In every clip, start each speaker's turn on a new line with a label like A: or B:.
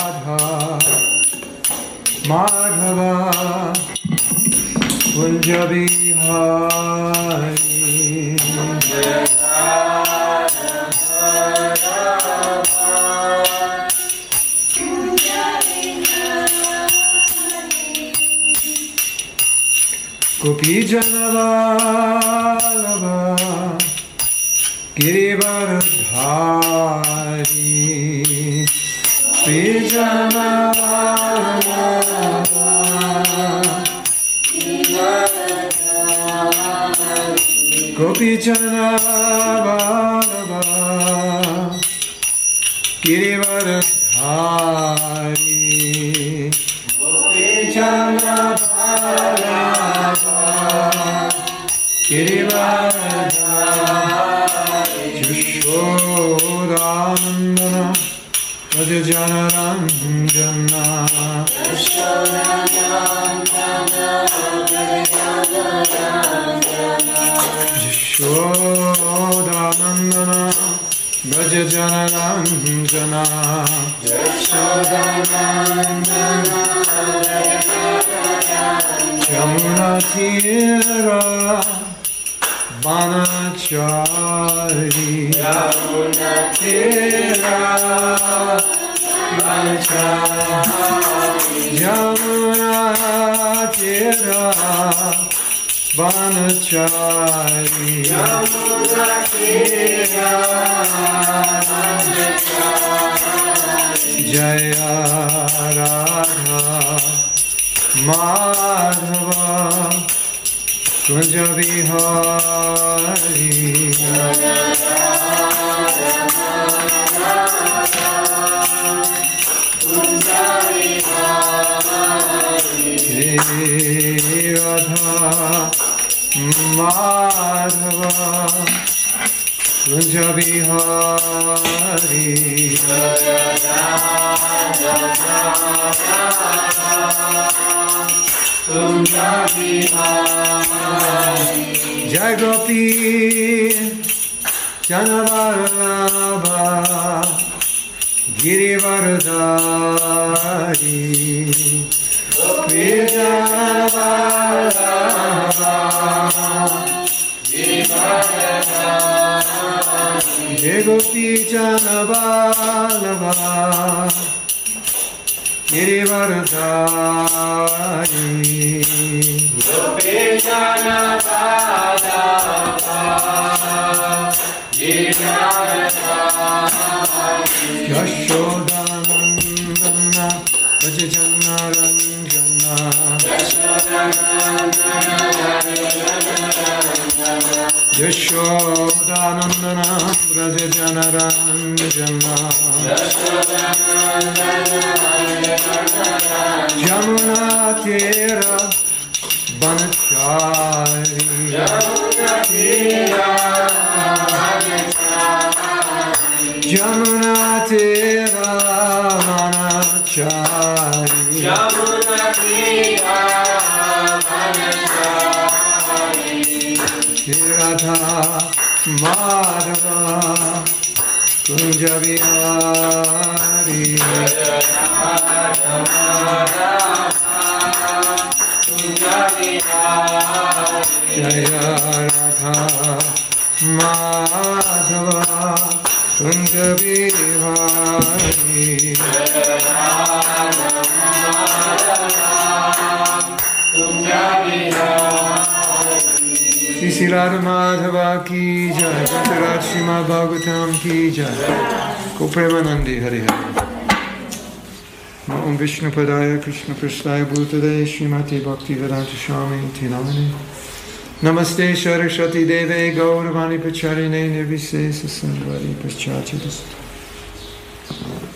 A: Radha, Madhava, Punjabi Hari. Gopi Janavalava, Girivaradhari. Sri Janavalava, Gopi Janavalava, Girivaradhari. Gopi Girivaradhari Yashodanandana Rajajanaranjana Yashodanandana Rajajanaranjana Yamuna Tira Banachari Yamuna Tera Banachari Yamuna Tera Banachari Yamuna Tera Banachari Jaya Radha Madhava Kunj Bihari Kunj Radha Madhava Kunj Bihari Jagopi Janavarava Girivardhari Gopi Janavarava Girivardhari Gopi Janavarava Girivardhari Yashodanandana Rajajanaranjana Yashodanandana Rajajanaranjana Yamuna Tera Banachari Yamuna Tera Banachari Radha Madhava Kunja Bihari Jaya Radha Madhava Kunja Bihari Sri Sri Radha Madhava ki jai, Bhaktaraj Srimad Bhagavatam ki jai, Kupremanandi Hari Hari. Om Vishnu Padaya Krishna Prasthaya Bhutade Srimati Bhakti Vedanta Swami Tinamani Namaste Saraswati Deve Gauravani Pacharine Nirvisesa Sangvari Pachachitas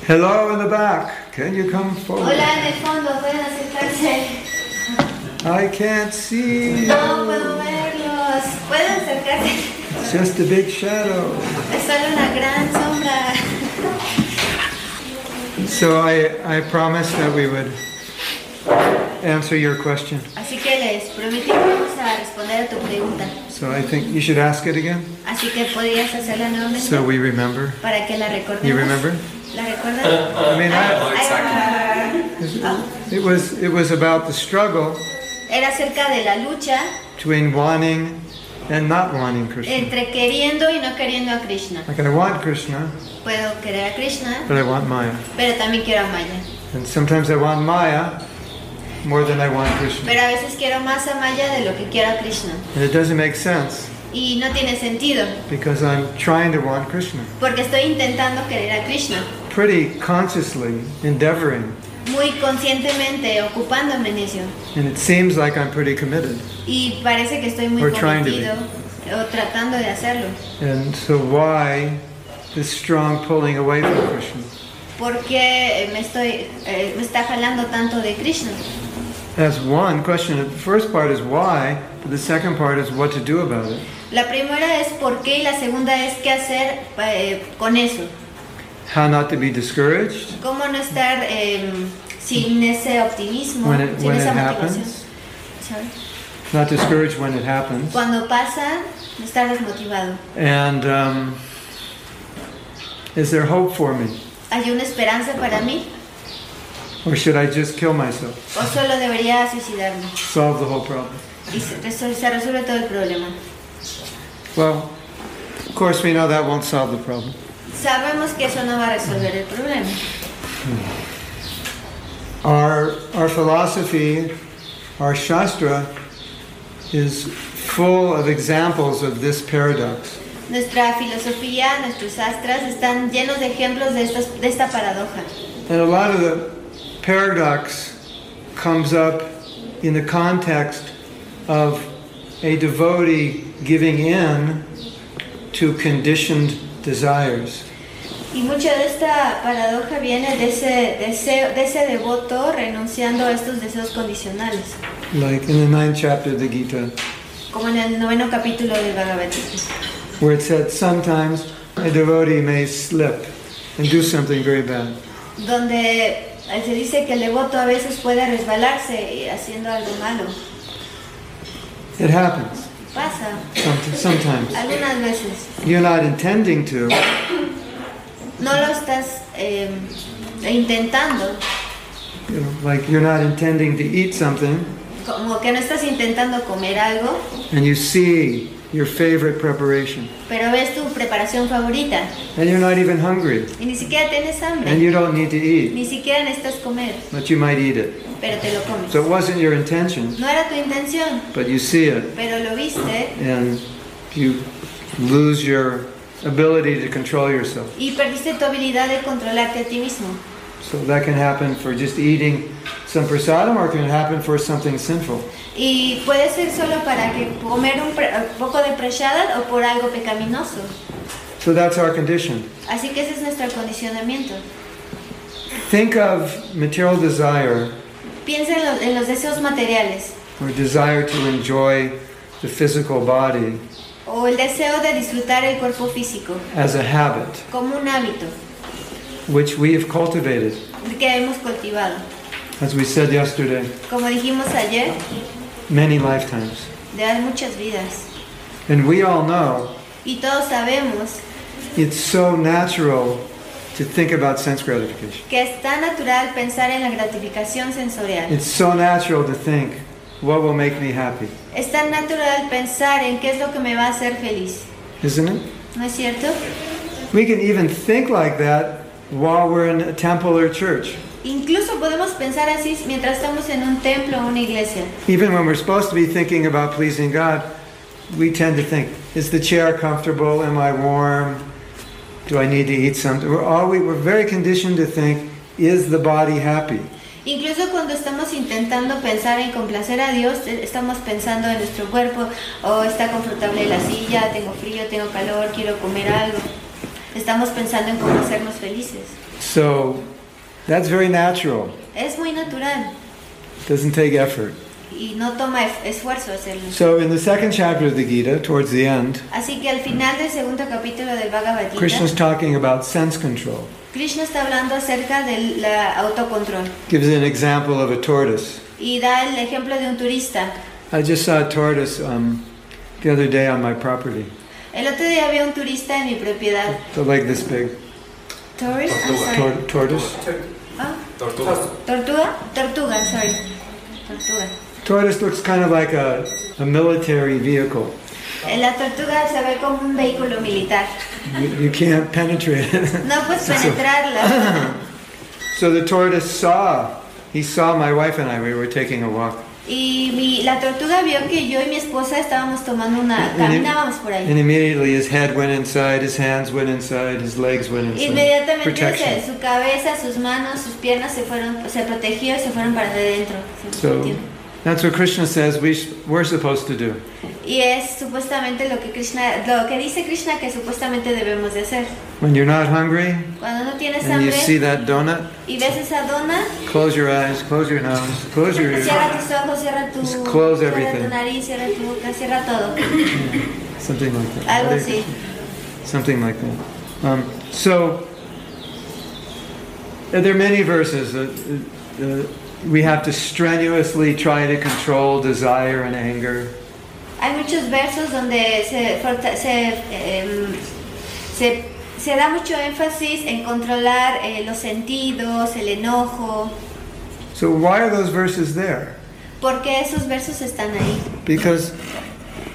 A: Hello in the back, can you come forward?
B: Hola, en el fondo, pueden acercarse.
A: I can't see you,
B: No puedo verlos. Pueden acercarse.
A: it's just a big shadow.
B: Es solo una gran sombra.
A: So I, I promised that we would answer your question.
B: Así que les prometí que vamos a responder a tu pregunta.
A: So I think you should ask it again
B: Así que podrías hacerla nuevamente
A: so we remember.
B: para que la
A: You
B: recordemos.
A: remember?
B: ¿La recuerdas? Ah,
A: I mean, I,
B: Hay
A: It was, it was about the struggle
B: Era acerca de la lucha
A: between wanting and not wanting Krishna.
B: entre queriendo y no queriendo a Krishna.
A: Like I want Krishna,
B: Puedo querer a Krishna,
A: but I want Maya.
B: pero también quiero a Maya.
A: And sometimes I want Maya more than I want Krishna.
B: Pero a veces quiero más a Maya de lo que quiero a Krishna.
A: And it doesn't make sense
B: Y no tiene sentido,
A: because I'm trying to want Krishna.
B: porque estoy intentando querer a Krishna.
A: Pretty consciously endeavoring.
B: Muy conscientemente, ocupándome en eso.
A: And it seems like I'm pretty committed.
B: Y parece que estoy muy
A: Or trying to
B: comprometido o tratando de hacerlo.
A: And so why this strong pulling away from Krishna?
B: ¿Por qué eh, me, estoy, eh, me está jalando tanto de Krishna?
A: That's one question. The first part is why, but the second part is what to do about it.
B: La primera es por qué y la segunda es qué hacer eh, con eso.
A: How not to be discouraged
B: ¿Cómo no estar eh, sin ese optimismo,
A: when it,
B: sin
A: when it
B: esa motivación?
A: happens.
B: ¿sabes?
A: Not discouraged when it happens.
B: Cuando pasa, no estar desmotivado.
A: And um, is there hope for me?
B: ¿Hay una esperanza para mí
A: Or should I just kill myself?
B: o solo debería suicidarme?
A: Solve the whole problem.
B: Y se resol- se resuelve todo el problema.
A: Well, of course, we know that won't solve the problem.
B: Sabemos que eso no va a resolver el problema.
A: Our, our philosophy, our Shastra, is full of examples of this paradox.
B: Nuestra filosofía, nuestros astras están llenos de ejemplos de, estas- de esta paradoja.
A: And a lot of the paradox comes up in the context of a devotee giving in to conditioned desires.
B: Y mucha de esta paradoja viene de ese, deseo, de ese devoto renunciando a estos deseos condicionales,
A: Like in the ninth chapter of the Gita,
B: como en el noveno capítulo del Bhagavad Gita,
A: where it said sometimes a devotee may slip and do something very bad.
B: donde eh, se dice que el devoto a veces puede resbalarse eh, haciendo algo malo.
A: It happens
B: Pasa,
A: some- sometimes.
B: algunas veces.
A: You're not intending to,
B: No lo estás eh, intentando,
A: you know, like you're not intending to eat something,
B: como que no estás intentando comer algo,
A: and you see your favorite preparation,
B: pero ves tu preparación favorita.
A: and you're not even hungry,
B: Y ni siquiera tienes
A: and
B: hambre.
A: you don't need to eat,
B: Ni siquiera necesitas comer,
A: but you might eat it.
B: pero te lo comes.
A: So it wasn't your intention,
B: No era tu intención,
A: but you see it,
B: pero lo viste
A: and you lose your ability to control yourself.
B: y perdiste tu habilidad de controlarte a ti mismo.
A: So that can happen for just eating some prasadam, or it can happen for something sinful.
B: Y puede ser solo para que comer un pre- un poco de preshadad o por algo pecaminoso.
A: So that's our condition.
B: Así que ese es nuestro acondicionamiento.
A: Think of material desire
B: Piensa en, lo- en los deseos materiales
A: or desire to enjoy the physical body
B: o el deseo de disfrutar el cuerpo físico
A: as a habit,
B: como un hábito
A: which we have cultivated.
B: que hemos cultivado.
A: As we said yesterday,
B: Como dijimos ayer,
A: many lifetimes.
B: de hay muchas vidas.
A: And we all know
B: Y todos sabemos
A: it's so natural to think about sense gratification.
B: que es tan natural pensar en la gratificación sensorial.
A: It's so natural to think, what will make me happy?
B: Es tan natural pensar en qué es lo que me va a hacer feliz.
A: Isn't it?
B: ¿No es cierto?
A: We can even think like that while we're in a temple or church,
B: Incluso podemos pensar así mientras estamos en un templo o una iglesia.
A: even when we're supposed to be thinking about pleasing God. We tend to think, is the chair comfortable? Am I warm? Do I need to eat something? We're always we're very conditioned to think, is the body happy?
B: Incluso cuando estamos intentando pensar en complacer a Dios, eh, estamos pensando en nuestro cuerpo, o está confortable la silla, tengo frío, tengo calor, quiero comer algo. Estamos pensando en cómo hacernos felices.
A: So that's very natural.
B: Es muy natural
A: Doesn't take effort.
B: y no toma es- esfuerzo hacerlo.
A: So in the second chapter of the Gita, towards the end,
B: Así que al final del segundo capítulo del Bhagavad Gita,
A: Krishna's talking about sense control.
B: Krishna está hablando acerca del la autocontrol
A: Gives an example of a tortoise.
B: y da el ejemplo de un turista.
A: I just saw a tortoise um, the other day on my property.
B: El otro día había un turista en mi propiedad.
A: So like this big
B: Tourist, I'm sorry.
A: tor- tortoise.
B: Ah,
C: Tortuga.
B: Tortuga? Tortuga, sorry. Tortuga.
A: Tortoise looks kind of like a, a military vehicle.
B: Eh, La tortuga se ve como un vehículo militar.
A: You, you can't penetrate it.
B: No puedes penetrarla.
A: so the tortoise saw. He saw my wife and I. We were taking a walk.
B: Y mi- la tortuga vio que yo y mi esposa estábamos tomando una...
A: And, im-
B: Caminábamos por ahí.
A: and immediately his head went inside, his hands went inside, his legs went inside.
B: Inmediatamente
A: Protection.
B: se- su cabeza, sus manos, sus piernas se fueron, se protegió y se fueron para adentro. se
A: So
B: metió.
A: that's what Krishna says we sh- we're supposed to do.
B: Y es supuestamente lo que Krishna, lo que dice Krishna que supuestamente debemos de hacer.
A: When you're not hungry
B: Cuando no tienes
A: and you see
B: hambre
A: that donut,
B: y ves esa dona,
A: close your eyes, close your nose, close your
B: cierra tus ojos, cierra tu,
A: Just close
B: cierra
A: everything.
B: tu nariz, cierra tu boca, cierra todo,
A: something like that.
B: algo así.
A: Something like that. Um, so uh, there are many verses that uh, uh, we have to strenuously try to control desire and anger.
B: Hay muchos versos donde se, forta- se, em, se, se da mucho énfasis en controlar eh, los sentidos, el enojo,
A: So why are those verses there?
B: porque esos versos están ahí,
A: Because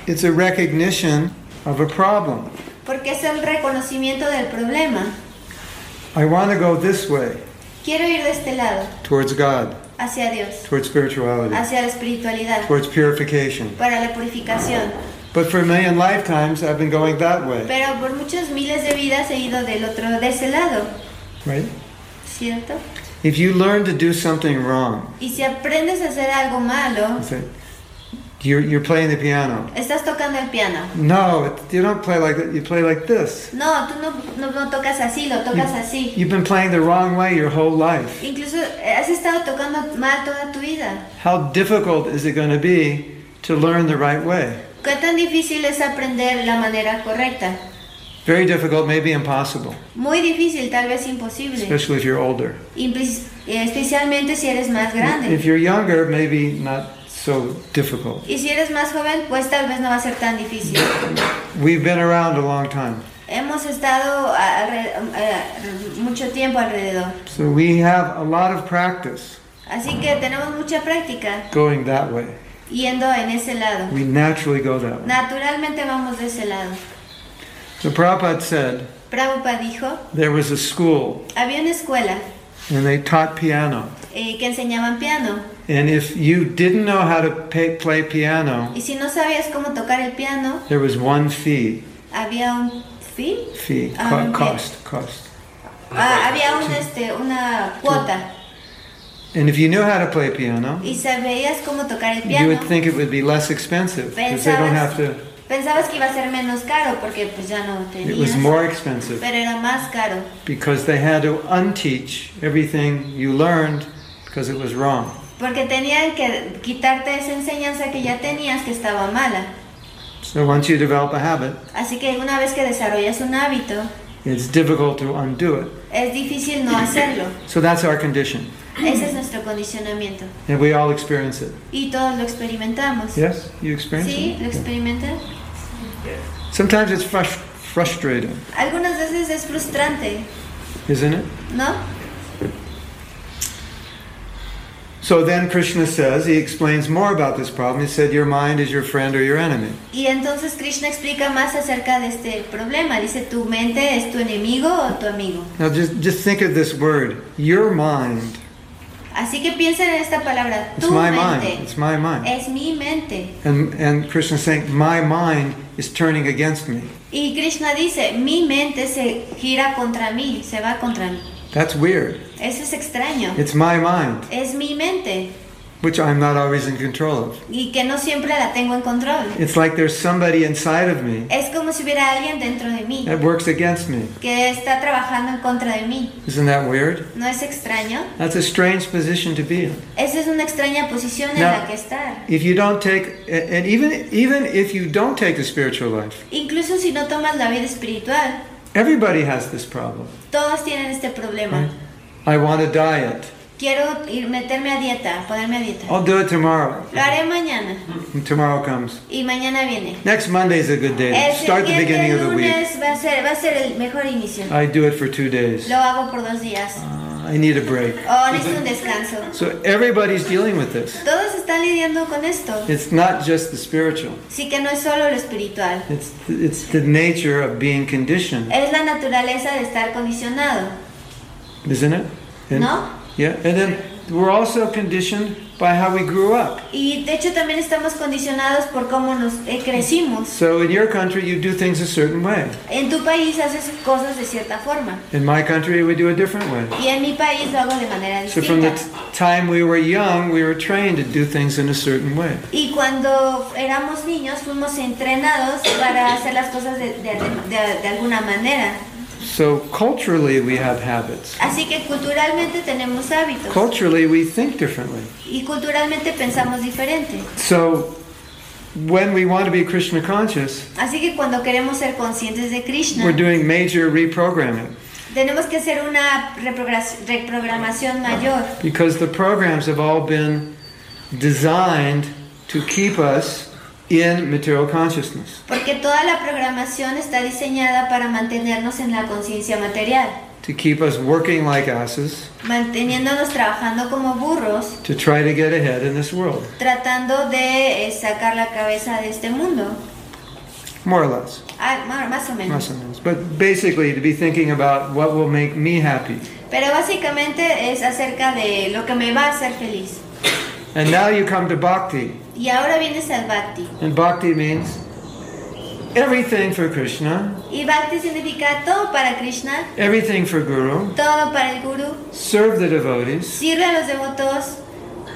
A: it's a recognition of a problem.
B: porque es el reconocimiento del problema.
A: I want to go this way
B: Quiero ir de este lado,
A: towards God,
B: hacia Dios,
A: towards spirituality,
B: hacia la espiritualidad,
A: towards purification.
B: para la purificación.
A: But for a million lifetimes, I've been going that way,
B: Pero por muchas miles de vidas he ido del otro, de ese lado,
A: right?
B: ¿cierto?
A: If you learn to do something wrong,
B: Y si aprendes a hacer algo malo,
A: say, you're, you're playing the piano.
B: estás tocando el piano.
A: No, it- you don't play like that. You play like this.
B: No, tú no, no, no tocas así, lo tocas así.
A: You've been playing the wrong way your whole life.
B: Incluso eh, has estado tocando mal toda tu vida.
A: How difficult is it going to be to learn the right way?
B: ¿Qué tan difícil es aprender la manera correcta?
A: Very difficult, maybe impossible,
B: Muy difícil, tal vez imposible.
A: especially if you're older.
B: Impli- eh, Especialmente si eres más
A: If
B: grande.
A: you're younger, maybe not so difficult.
B: Y si eres más joven, pues tal vez no va a ser tan difícil.
A: We've been around a long time,
B: Hemos estado a- alre- a- mucho tiempo alrededor.
A: so we have a lot of practice
B: Así que tenemos mucha práctica
A: going that way.
B: yendo en ese lado.
A: We naturally go that way.
B: Naturalmente vamos de ese lado.
A: So Prabhupada said
B: Prabhupada dijo,
A: there was a school
B: había una escuela
A: and they taught piano.
B: eh, que enseñaban piano.
A: And if you didn't know how to pay, play piano,
B: Y si no sabías cómo tocar el piano,
A: there was one fee,
B: había un fee,
A: fee, co-
B: Ah, okay.
A: cost, cost.
B: Ah, había un, este, una cuota.
A: And if you knew how to play piano,
B: Y sabías cómo tocar el
A: you
B: piano.
A: would think it would be less expensive because they don't have to.
B: Pensabas, pensabas que iba a ser menos caro porque pues ya no
A: It was
B: tenías.
A: more expensive
B: Pero era más caro.
A: because they had to unteach everything you learned because it was wrong.
B: Porque tenían que quitarte esa enseñanza que ya tenías que estaba mala.
A: So once you develop a habit,
B: Así que una vez que desarrollas un hábito,
A: it's difficult to undo it.
B: es difícil no hacerlo.
A: So that's our condition,
B: Ese es nuestro condicionamiento.
A: and we all experience it.
B: Y todos lo experimentamos.
A: Yes, you experience
B: ¿Sí?
A: it.
B: ¿Lo experimentas?
A: Sometimes it's frus- frustrating,
B: Algunas veces es frustrante,
A: isn't it?
B: ¿no?
A: So then Krishna says, he explains more about this problem. He said, Your mind is your friend or your enemy.
B: Y entonces Krishna explica más acerca de este problema. Dice, ¿tu mente es tu enemigo o tu amigo?
A: Now just, just think of this word, your mind.
B: Así que piensa en esta palabra,
A: It's
B: tu
A: my mind.
B: mente.
A: It's my mind.
B: Es mi mente.
A: And, and Krishna's saying, My mind is turning against me.
B: Y Krishna dice, mi mente se gira contra mí, se va contra mí.
A: That's weird.
B: Eso es extraño.
A: It's my mind,
B: Es mi mente
A: which I'm not always in control of.
B: y que no siempre la tengo en control.
A: It's like there's somebody inside of me
B: Es como si hubiera alguien dentro de mí
A: that works against me.
B: que está trabajando en contra de mí.
A: Isn't that weird?
B: ¿No es extraño?
A: That's a strange position to be in.
B: Esa es una extraña posición en
A: No.
B: la que estar.
A: If you don't take, and and even, even if you don't take the spiritual life,
B: Incluso si no tomas la vida espiritual,
A: everybody has this problem.
B: todos tienen este problema.
A: I want a diet.
B: Quiero ir, meterme a dieta, ponerme a dieta.
A: I'll do it tomorrow.
B: Lo haré mañana
A: And tomorrow comes.
B: y mañana viene.
A: Next Monday's a good day.
B: El
A: to Start the beginning
B: siguiente
A: of the week. Ah.
B: lunes va a ser, va a ser el mejor inicio.
A: I do it for two days.
B: Lo hago por dos días.
A: Uh, I need a break.
B: Oh, necesito un descanso.
A: So everybody's dealing with this.
B: Todos están lidiando con esto.
A: It's not just the spiritual.
B: Sí que no es solo lo espiritual.
A: It's it's the nature of being conditioned,
B: Es la naturaleza de estar condicionado.
A: isn't it? And-
B: No.
A: Yeah, and then we're also conditioned by how we grew up.
B: Y de hecho también estamos condicionados por cómo nos eh, crecimos.
A: So in your country, you do things a certain way.
B: En tu país haces cosas de cierta forma.
A: In my country, we do a different way.
B: Y en mi país lo hago de manera
A: So from the
B: distinta.
A: t- time we were young, we were trained to do things in a certain way.
B: Y cuando éramos niños fuimos entrenados para hacer las cosas de, de- de- de alguna manera.
A: So culturally, we have habits.
B: Así que culturalmente tenemos hábitos
A: Culturally, we think differently.
B: y culturalmente pensamos diferente.
A: So when we want to be Krishna conscious,
B: Así que cuando queremos ser conscientes de
A: we're
B: Krishna,
A: doing major reprogramming
B: tenemos que hacer una reprogra- reprogramación mayor.
A: because the programs have all been designed to keep us in material consciousness,
B: Porque toda la programación está diseñada para mantenernos en la conciencia material,
A: to keep us working like asses,
B: manteniéndonos trabajando como burros,
A: to try to get ahead in this world,
B: tratando de eh, sacar la cabeza de este mundo.
A: more or less.
B: Ah, ma- más o menos.
A: Muscle memories. But basically, to be thinking about what will make me happy.
B: Pero básicamente es acerca de lo que me va a hacer feliz.
A: And now you come to bhakti.
B: Y ahora vienes al bhakti.
A: And bhakti means everything for Krishna,
B: Y bhakti significa todo para Krishna,
A: everything for Guru,
B: todo para el guru,
A: serve the devotees,
B: sirve a los devotos,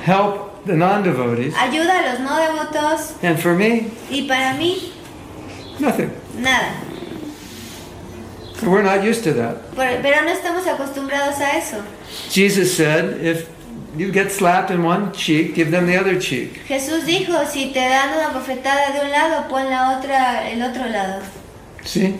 A: help the non devotees,
B: ayuda a los no devotos
A: and for me,
B: y para mí
A: nothing.
B: nada.
A: And We're not used to that.
B: Por- Pero no estamos acostumbrados a eso.
A: Jesus said, if you get slapped in one cheek, give them the other cheek.
B: Jesús dijo, si te dan una bofetada de un lado, pon la otra el otro lado.
A: See?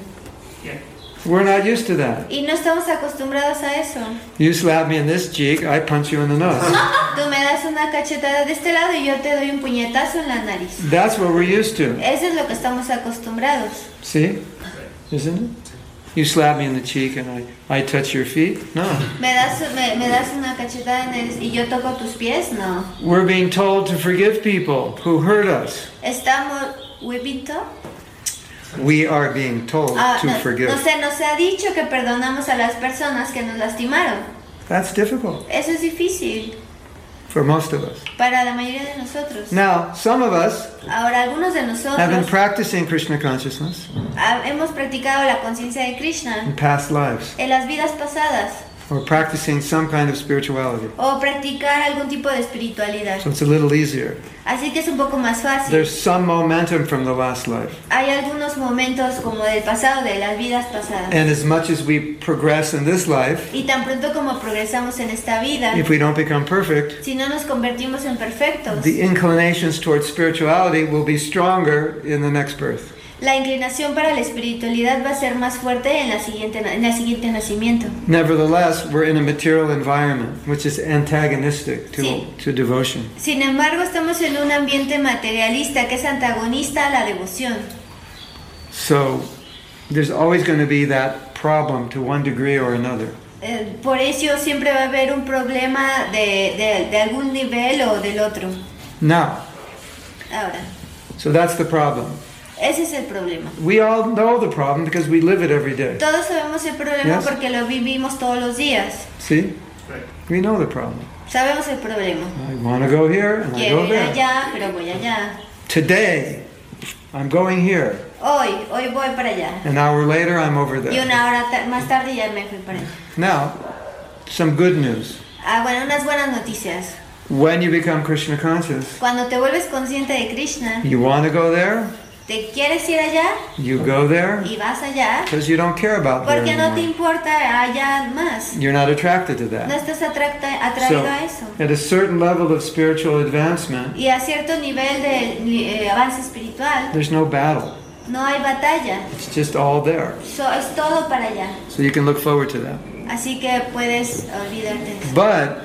A: We're not used to that.
B: Y no estamos acostumbrados a eso.
A: You slap me in this cheek, I punch you in the nose.
B: Tú me das una cachetada de este lado y yo te doy un puñetazo en la nariz.
A: That's what we're used to.
B: Eso es lo que estamos acostumbrados.
A: See? Isn't it? You slap me in the cheek and I, I touch your feet? No.
B: ¿Me das, me, me das una cachetada en la nariz y yo toco tus pies? No.
A: We're being told to forgive people who hurt us.
B: Estamos... ¿Huevito?
A: We are being told
B: Ah,
A: Oh, to
B: no, no
A: forgive.
B: sé, nos ha dicho que perdonamos a las personas que nos lastimaron.
A: That's difficult
B: Eso es difícil
A: for most of us.
B: para la mayoría de nosotros.
A: Now, some of us
B: Ahora, algunos de
A: have been
B: nosotros
A: practicing Krishna consciousness
B: Ah, Hemos practicado la conciencia de Krishna
A: in past lives
B: en las vidas pasadas
A: or practicing some kind of spirituality.
B: o practicar algún tipo de espiritualidad.
A: So it's a little easier.
B: Así que es un poco más fácil.
A: There's some momentum from the last life.
B: Hay algunos momentos como del pasado, de las vidas pasadas.
A: And as much as we progress in this life,
B: Y tan pronto como progresamos en esta vida,
A: if we don't become perfect,
B: si no nos convertimos en perfectos,
A: the inclinations towards spirituality will be stronger in the next birth.
B: la inclinación para la espiritualidad va a ser más fuerte en la siguiente, na- en el siguiente nacimiento.
A: Nevertheless, we're in a material environment which is antagonistic to,
B: Sí.
A: to devotion.
B: Sin embargo, estamos en un ambiente materialista que es antagonista a la devoción.
A: So there's always going to be that problem to one degree or another.
B: Eh, Por eso siempre va a haber un problema de, de- de algún nivel o del otro.
A: Now,
B: Ahora,
A: so that's the problem.
B: ese es el problema.
A: We all know the problem because we live it every day.
B: Todos sabemos el problema
A: Yes.
B: porque lo vivimos todos los días.
A: See? We know the problem.
B: Sabemos el problema.
A: I want to go here and I
B: Quiero
A: go
B: ir
A: there.
B: allá, pero voy allá.
A: Today, I'm going here.
B: Hoy, hoy voy para allá.
A: An hour later, I'm over
B: Y
A: there.
B: una hora ta- más tarde ya me fui para allá.
A: Now, some good news.
B: Ah, bueno, unas buenas noticias.
A: When you become Krishna conscious,
B: Cuando te vuelves consciente de Krishna,
A: you want to go there,
B: te quieres ir allá
A: you go there
B: y vas allá
A: because you don't care about there
B: porque no
A: anymore.
B: te importa allá más.
A: You're not attracted to
B: No
A: that.
B: estás atracta-
A: So,
B: atraído a eso.
A: at a certain level of spiritual advancement,
B: Y a cierto nivel de ni- eh, avance espiritual
A: there's no battle.
B: no hay batalla,
A: It's just all there.
B: so, es todo para allá.
A: So you can look forward to that.
B: Así que puedes olvidarte. de eso.
A: But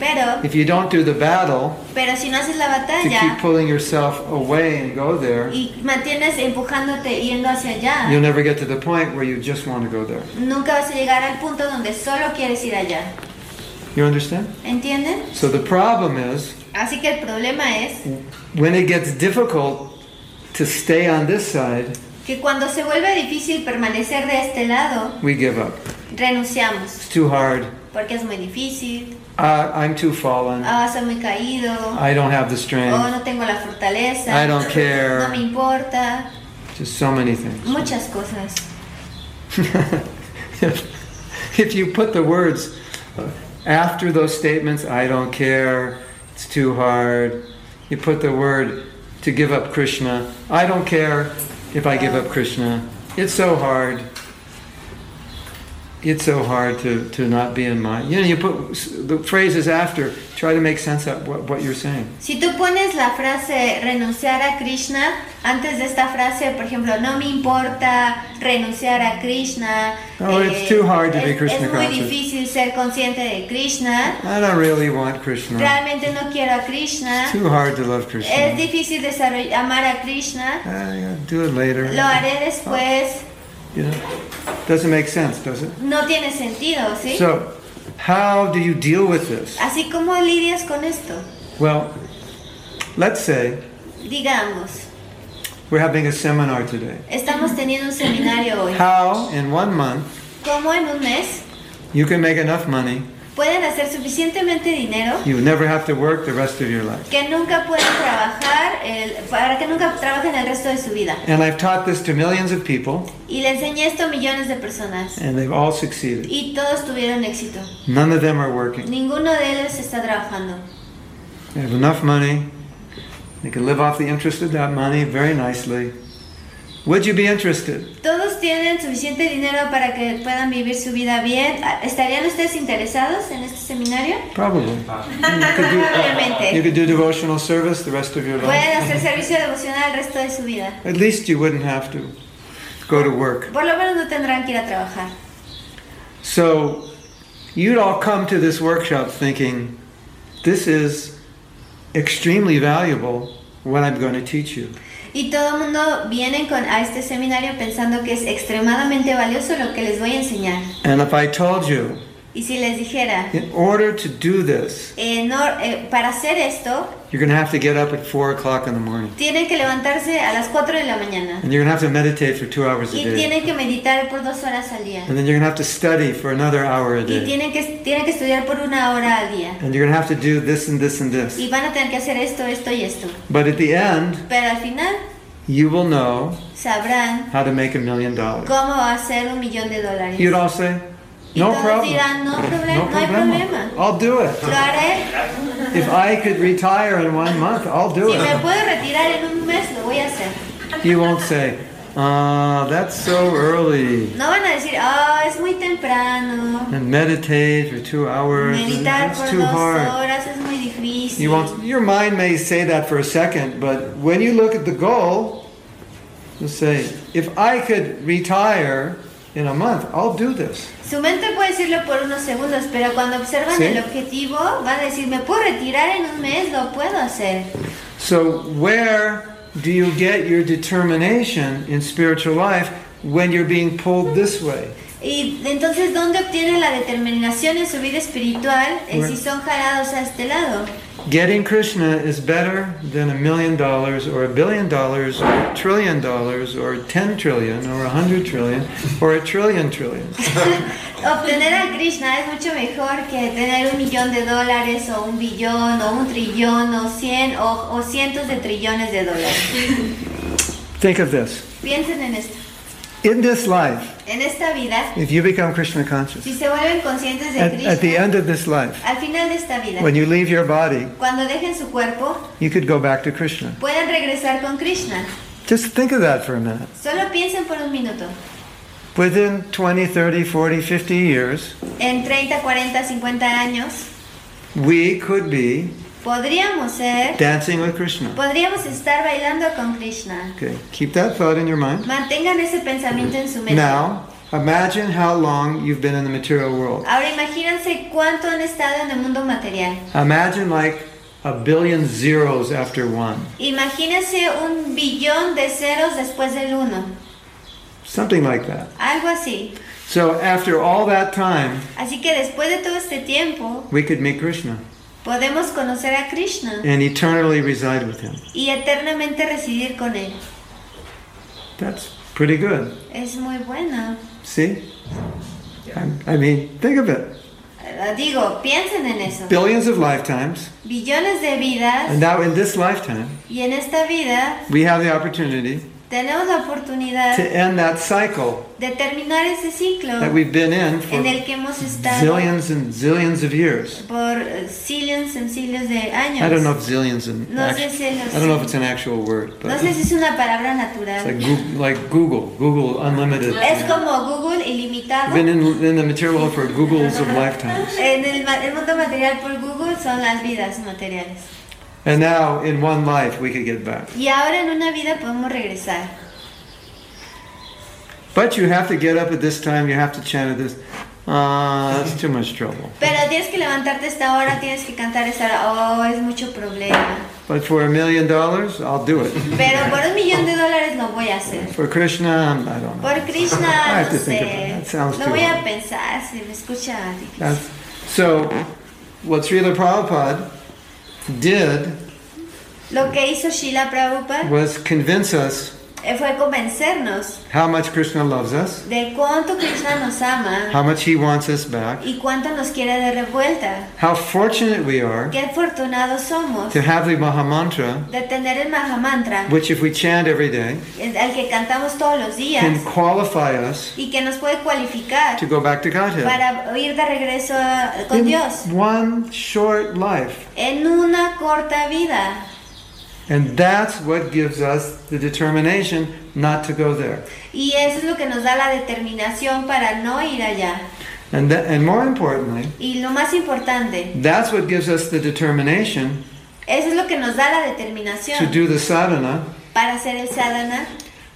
B: Pero,
A: if you don't do the battle
B: pero si no haces la
A: to keep
B: batalla
A: pulling yourself away and go there,
B: y mantienes empujándote yendo hacia
A: you'll
B: allá,
A: never get to the point where you just want to go there.
B: nunca vas a llegar al punto donde solo quieres ir allá.
A: You understand?
B: ¿Entienden?
A: So the problem is
B: Así que el problema es
A: when it gets difficult to stay on this side,
B: que cuando se vuelve difícil permanecer de este lado,
A: we give up.
B: renunciamos,
A: It's too hard.
B: porque es muy difícil,
A: Uh, I'm too fallen.
B: ah, soy muy caído,
A: I don't have the
B: oh,
A: strength.
B: no tengo la fortaleza,
A: I don't care.
B: no me importa,
A: Just so many things.
B: muchas cosas.
A: if, if you put the words uh, after those statements, I don't care, it's too hard, you put the word to give up Krishna, I don't care if I give up Krishna, it's so hard. It's so hard to, to not be in mind. You know, you put s- the phrases after, try to make sense of what, what you're saying.
B: Si tú pones la frase renunciar a Krishna antes de esta frase, por ejemplo, no me importa renunciar a Krishna. eh,
A: Oh, it's too hard to be
B: es-
A: Krishna
B: es muy
A: conscious.
B: difícil ser consciente de Krishna.
A: I don't really want Krishna.
B: Realmente no quiero a Krishna.
A: Mm. Too hard to love
B: Es
A: Krishna.
B: difícil desarroll- amar a Krishna.
A: Ah, yeah, do it later.
B: Lo haré después.
A: You know, doesn't make sense, does it?
B: No tiene sentido, ¿sí?
A: So, how do you deal with this?
B: Así como lidias con esto.
A: Well, let's say
B: Digamos,
A: we're having a seminar today.
B: estamos teniendo un seminario hoy.
A: How in one month
B: Como en un mes
A: you can make enough money,
B: pueden hacer suficientemente dinero
A: you never have to work the rest of your life.
B: que nunca pueden trabajar, el- para que nunca trabajen el resto de su vida.
A: And I've taught this to millions of people,
B: Y le enseñé esto a millones de personas.
A: and they've all succeeded.
B: Y todos tuvieron éxito.
A: None of them are working.
B: Ninguno de ellos está trabajando.
A: They have enough money, they can live off the interest of that money very nicely. Would you be interested?
B: Todos tienen suficiente dinero para que puedan vivir su vida bien. Ah, ¿Estarían ustedes interesados en este seminario?
A: Probably. You could do, you
B: Probablemente.
A: could do devotional service the rest of your
B: Pueden
A: life.
B: hacer servicio devocional el resto de su vida.
A: At least you wouldn't have to go to work.
B: Por lo menos no tendrán que ir a trabajar.
A: So you'd all come to this workshop thinking, this is extremely valuable what I'm going to teach you.
B: Y todo el mundo viene con, a este seminario pensando que es extremadamente valioso lo que les voy a enseñar.
A: And if I told you,
B: Y si les dijera,
A: in order to do this,
B: Eh, no, eh, para hacer esto,
A: you're going to have to get up at 4 o'clock in the morning.
B: tienen que levantarse a las 4 de la mañana
A: And you're going to have to meditate for two hours a
B: y
A: day.
B: tienen que meditar por dos horas al día
A: And then you're going to have to study for another hour a
B: y
A: day.
B: tienen que, tienen que estudiar por una hora al día
A: And you're going to have to do this and this and this.
B: y van a tener que hacer esto, esto y esto.
A: But at the end,
B: Pero al final
A: you will know
B: sabrán
A: how to make a million dollars.
B: cómo hacer un millón de dólares.
A: You'd all say,
B: Y
A: no
B: todos
A: problem.
B: dirán, no, problem, no,
A: No
B: hay problema.
A: problema. I'll do it.
B: Lo haré.
A: If I could retire in one month, I'll do
B: Si me
A: it.
B: puedo retirar en un mes, lo voy a hacer.
A: You won't say, ah, that's so early.
B: No van a decir, ah, es muy temprano.
A: And meditate for two hours. and
B: Meditar por
A: That's too
B: dos
A: hard.
B: horas es muy difícil.
A: You won't, your mind may say that for a second, but when you look at the goal, you'll say, if I could retire in a month, I'll do this.
B: Su mente puede decirlo por unos segundos, pero cuando observan
A: Sí.
B: el objetivo, van a decir, me puedo retirar en un mes, lo puedo hacer.
A: So, where do you get your determination in spiritual life when you're being pulled this way?
B: Y entonces, ¿dónde obtienen la determinación en su vida espiritual eh,
A: Bueno.
B: si son jalados a este lado?
A: Getting Krishna is better than a million dollars or a billion dollars or a trillion dollars or 10 trillion or a hundred trillion or a trillion trillion.
B: Obtener a Krishna es mucho mejor que tener un millón de dólares o un billón o un trillón o cien o, o cientos de trillones de dólares.
A: Think of this.
B: Piensen en esto.
A: In this life,
B: En esta vida,
A: if you become Krishna conscious,
B: si se vuelven conscientes de
A: at,
B: Krishna,
A: at the end of this life,
B: al final de esta vida,
A: when you leave your body,
B: cuando dejen su cuerpo,
A: you could go back to Krishna.
B: Pueden regresar con Krishna.
A: Just think of that for a minute.
B: Solo piensen por un minuto.
A: Within 20, 30, 40, 50 years,
B: En 30, 40, 50 años
A: we could be
B: podríamos ser,
A: dancing with Krishna.
B: podríamos estar bailando con Krishna.
A: Okay, keep that thought in your mind.
B: Mantengan ese pensamiento en su mente.
A: Now, imagine how long you've been in the material world.
B: Ahora imagínense cuánto han estado en el mundo material.
A: Imagine like a billion zeros after one.
B: Imagínense un billón de ceros después del uno.
A: Something like that.
B: algo así.
A: So after all that time,
B: Así que después de todo este tiempo,
A: we could meet Krishna
B: podemos conocer a Krishna
A: and eternally reside with him.
B: y eternamente residir con él.
A: That's pretty good.
B: Es muy buena.
A: See? I, I mean, think of it.
B: Eh, Digo, piensen en eso.
A: Billions of lifetimes,
B: Billones de vidas
A: and now in this lifetime,
B: y en esta vida
A: we have the opportunity
B: tenemos la oportunidad
A: to end that cycle
B: de terminar ese ciclo
A: that we've been in
B: en
A: for
B: el que hemos estado
A: zillions and zillions of years.
B: por eh, zillions y zillions de
A: I don't know
B: años.
A: if zillions in
B: No sé
A: act-
B: si
A: I don't know if
B: los-
A: it's an actual word,
B: no
A: but
B: sé
A: it's
B: si es una palabra natural.
A: like Google, like Google, Google unlimited.
B: Es como Google ilimitado.
A: Been in, in the material world for Googles of lifetimes,
B: En el, ma- el mundo material por Google son las vidas materiales.
A: and now in one life we could get back.
B: Y ahora en una vida podemos regresar.
A: But you have to get up at this time. You have to chant at this. Uh, that's too much trouble.
B: Pero tienes que levantarte a esta hora, tienes que cantar a esta hora. Oh, es mucho problema.
A: But for a million dollars, I'll do it.
B: Pero por un millón de dólares lo voy a hacer.
A: For Krishna, I'm- I don't know.
B: Por
A: I
B: Krishna,
A: have
B: no
A: to think about
B: sé.
A: that. Sounds
B: Lo
A: too
B: voy a
A: hard.
B: pensar, se me escucha difícil.
A: That's, so, what Srila Prabhupada did
B: Lo que hizo Sheila Prabhupada
A: was convince us
B: eh, fue convencernos
A: how much Krishna loves us,
B: de cuánto Krishna nos ama
A: how much he wants us back,
B: y cuánto nos quiere de revuelta.
A: how fortunate we are
B: Qué afortunados somos
A: to have the Mahamantra,
B: de tener el Mahamantra,
A: which, if we chant every day,
B: el al que cantamos todos los días
A: can qualify us
B: y que nos puede cualificar
A: to go back to Godhead.
B: para ir de regreso a- con
A: In
B: Dios
A: one short life.
B: en una corta vida.
A: And that's what gives us the determination not to go there.
B: Y eso es lo que nos da la determinación para no ir allá.
A: And, tha- and more importantly,
B: Y lo más importante,
A: that's what gives us the determination
B: eso es lo que nos da la
A: to
B: determinación
A: do the sadhana,
B: para hacer el sadhana,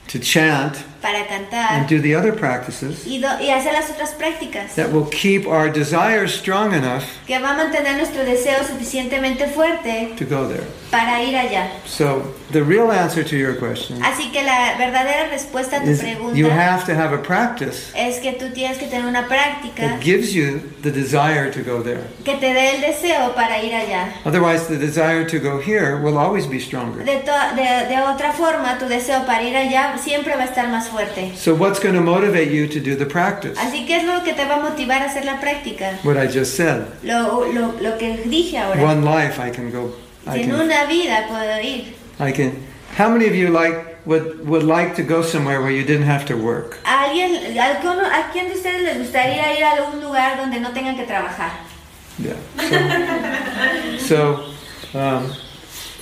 A: to chant,
B: para
A: and
B: cantar
A: do the other practices
B: y, do- y hacer las otras prácticas,
A: that will keep our desire strong enough
B: que va a mantener nuestro deseo suficientemente fuerte
A: to go there.
B: para ir allá.
A: So, the real answer to your question
B: Así que la verdadera respuesta a tu
A: is you
B: pregunta
A: have to have a practice
B: es que tú tienes que tener una práctica
A: that gives you the desire to go there.
B: que te dé el deseo para ir allá.
A: Otherwise, the desire to go here will always be stronger.
B: De, to- de- de otra forma, tu deseo para ir allá siempre va a estar más fuerte.
A: So, what's going to motivate you to do the practice?
B: Así que es lo que te va a motivar a hacer la práctica.
A: What I just said.
B: Lo, lo, lo que dije ahora.
A: One life, I can go. I
B: En
A: can.
B: una vida puedo ir.
A: I can. How many of you like would would like to go somewhere where you didn't have to work?
B: ¿A, alguien, a, alguno- a quién de ustedes les gustaría ir a algún lugar donde no tengan que trabajar?
A: Yeah. So, so um,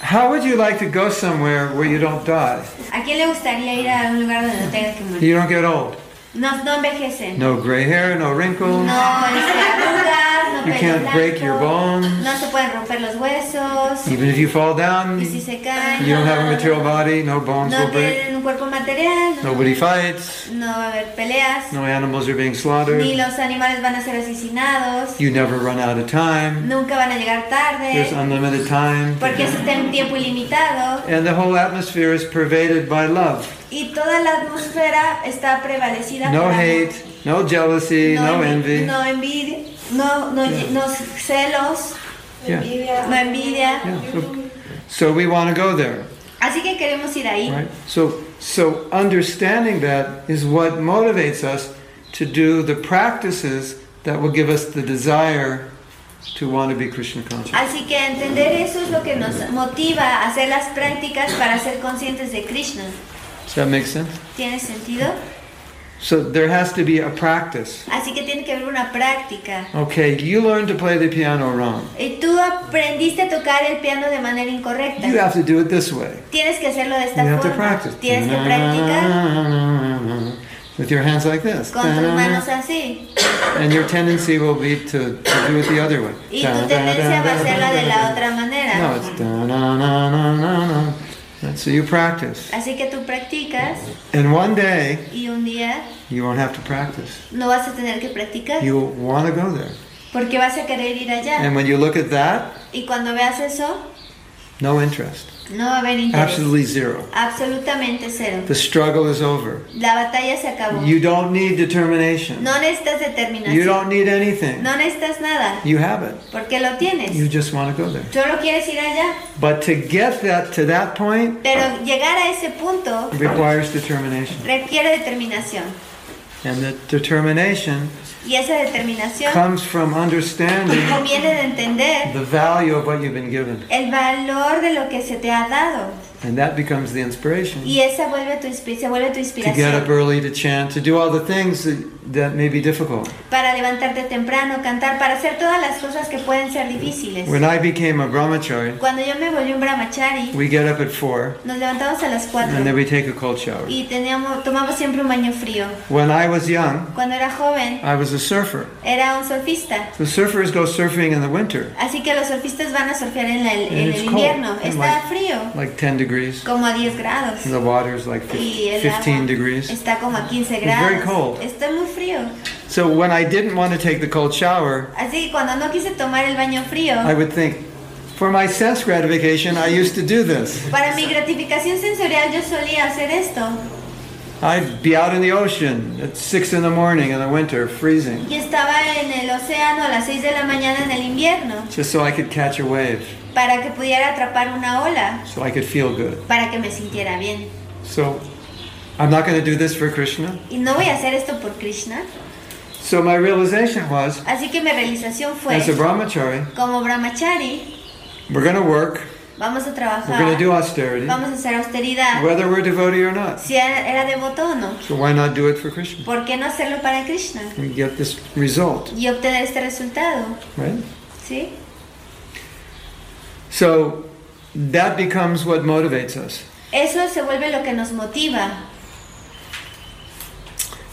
A: how would you like to go somewhere where you don't die?
B: ¿A quién le gustaría ir a un lugar donde no tengan que morir?
A: You don't get old.
B: No, no envejecen.
A: No gray hair, no wrinkles.
B: No este, arrugas, no
A: You
B: pelo
A: can't
B: blanco,
A: break your bones.
B: No se pueden romper los huesos.
A: Even if you fall down,
B: Y si
A: you
B: se caen.
A: don't have a material body. No bones
B: No
A: will break.
B: tienen un cuerpo material. No,
A: Nobody fights.
B: no va a haber peleas.
A: No animals are being
B: Ni
A: slaughtered.
B: los animales van a ser asesinados.
A: You never run out of time.
B: Nunca van a llegar
A: There's
B: tarde.
A: unlimited time.
B: Porque es un tiempo ilimitado.
A: And the whole atmosphere is pervaded by love.
B: Y toda la atmósfera está prevalecida
A: No
B: por amor.
A: hate, no jealousy, no,
B: envi-
A: envy.
B: No envidia. No, no, no celos.
A: Yeah.
B: No envidia.
A: yeah. So, so we want to go there,
B: Así que queremos ir ahí.
A: right? So so understanding that is what motivates us to do the practices that will give us the desire to want to be Krishna conscious.
B: Así que entender eso es lo que nos motiva a hacer las prácticas para ser conscientes de Krishna.
A: Does that make sense?
B: ¿Tiene sentido?
A: So there has to be a practice.
B: Así que tiene que haber una práctica.
A: Okay, you learn to play the piano wrong.
B: Y tú aprendiste a tocar el piano de manera incorrecta.
A: You have to do it this way.
B: Tienes que hacerlo de
A: You
B: esta
A: have to
B: forma.
A: practice.
B: Tienes que practicar
A: With your hands like this.
B: con tus manos así.
A: And your tendency will be to, to do it the other way.
B: Y tu tendencia va a ser la de la otra manera.
A: No, it's da na na na na na. And So you practice.
B: Así que tú practicas
A: And one day,
B: y un día
A: you won't have to practice.
B: no vas a tener que practicar
A: You'll want to go there. Em-
B: porque vas a querer ir allá.
A: And when you look at that,
B: Y cuando veas eso,
A: No interest.
B: No va a haber interés.
A: Absolutely zero.
B: Absolutamente cero.
A: The struggle is over.
B: La batalla se acabó.
A: You don't need determination.
B: No necesitas
A: You don't
B: determinación.
A: need anything.
B: No necesitas nada.
A: You have it.
B: Porque lo
A: You
B: tienes.
A: just want to go there.
B: Solo quieres ir allá.
A: But to get that to that point
B: Pero llegar a ese punto
A: requires determination.
B: requiere determinación.
A: And that determination
B: Y esa determinación
A: comes from understanding
B: conviene de entender
A: the value of what you've been given.
B: el valor de lo que se te ha dado.
A: And that becomes the inspiration
B: Y esa vuelve tu, inspi- se vuelve tu
A: to get up
B: inspiración
A: early, to chant, to do all the things that, that may be difficult.
B: para levantarte temprano, cantar, para hacer todas las cosas que pueden ser difíciles.
A: When I became a brahmachari,
B: Cuando yo me volví un brahmachari,
A: we get up at four
B: nos levantamos a las 4
A: and then we take a cold shower.
B: y teníamos, tomamos siempre un baño frío.
A: When I was young,
B: Cuando era joven,
A: I was a surfer.
B: era un surfista.
A: The surfers go surfing in the winter,
B: Así que los surfistas van a surfear en, la- en
A: it's
B: el
A: cold.
B: invierno.
A: And
B: Está
A: like-
B: frío,
A: like 10 degrees.
B: como a 10 grados.
A: And the water's like
B: Y
A: 15
B: el agua
A: 15 degrees.
B: está como a 15
A: It's very
B: grados.
A: cold.
B: Está muy frío.
A: So when I didn't want to take the cold shower,
B: Así que cuando no quise tomar el baño frío,
A: I would think, for my sense gratification, I used to do this.
B: para mi gratificación sensorial yo solía hacer esto.
A: I'd be out in the ocean at six in the morning in the winter, freezing,
B: Y estaba en el océano a las 6 de la mañana en el invierno
A: just so I could catch a wave,
B: para que pudiera atrapar una ola,
A: so I could feel good.
B: para que me sintiera bien.
A: So I'm not going to do this for Krishna.
B: Y no voy a hacer esto por Krishna.
A: So my realization was,
B: Así que mi realización fue,
A: as a brahmachari,
B: como brahmachari,
A: we're going to work,
B: vamos a
A: we're going to do
B: trabajar,
A: austerity,
B: vamos a hacer austeridad,
A: whether we're devotee or not.
B: si era era devoto o no.
A: So why not do it for Krishna
B: ¿Por qué no hacerlo para Krishna?
A: and get this result,
B: Y obtener este resultado,
A: right?
B: ¿sí?
A: So that becomes what motivates us.
B: Eso se vuelve lo que nos motiva.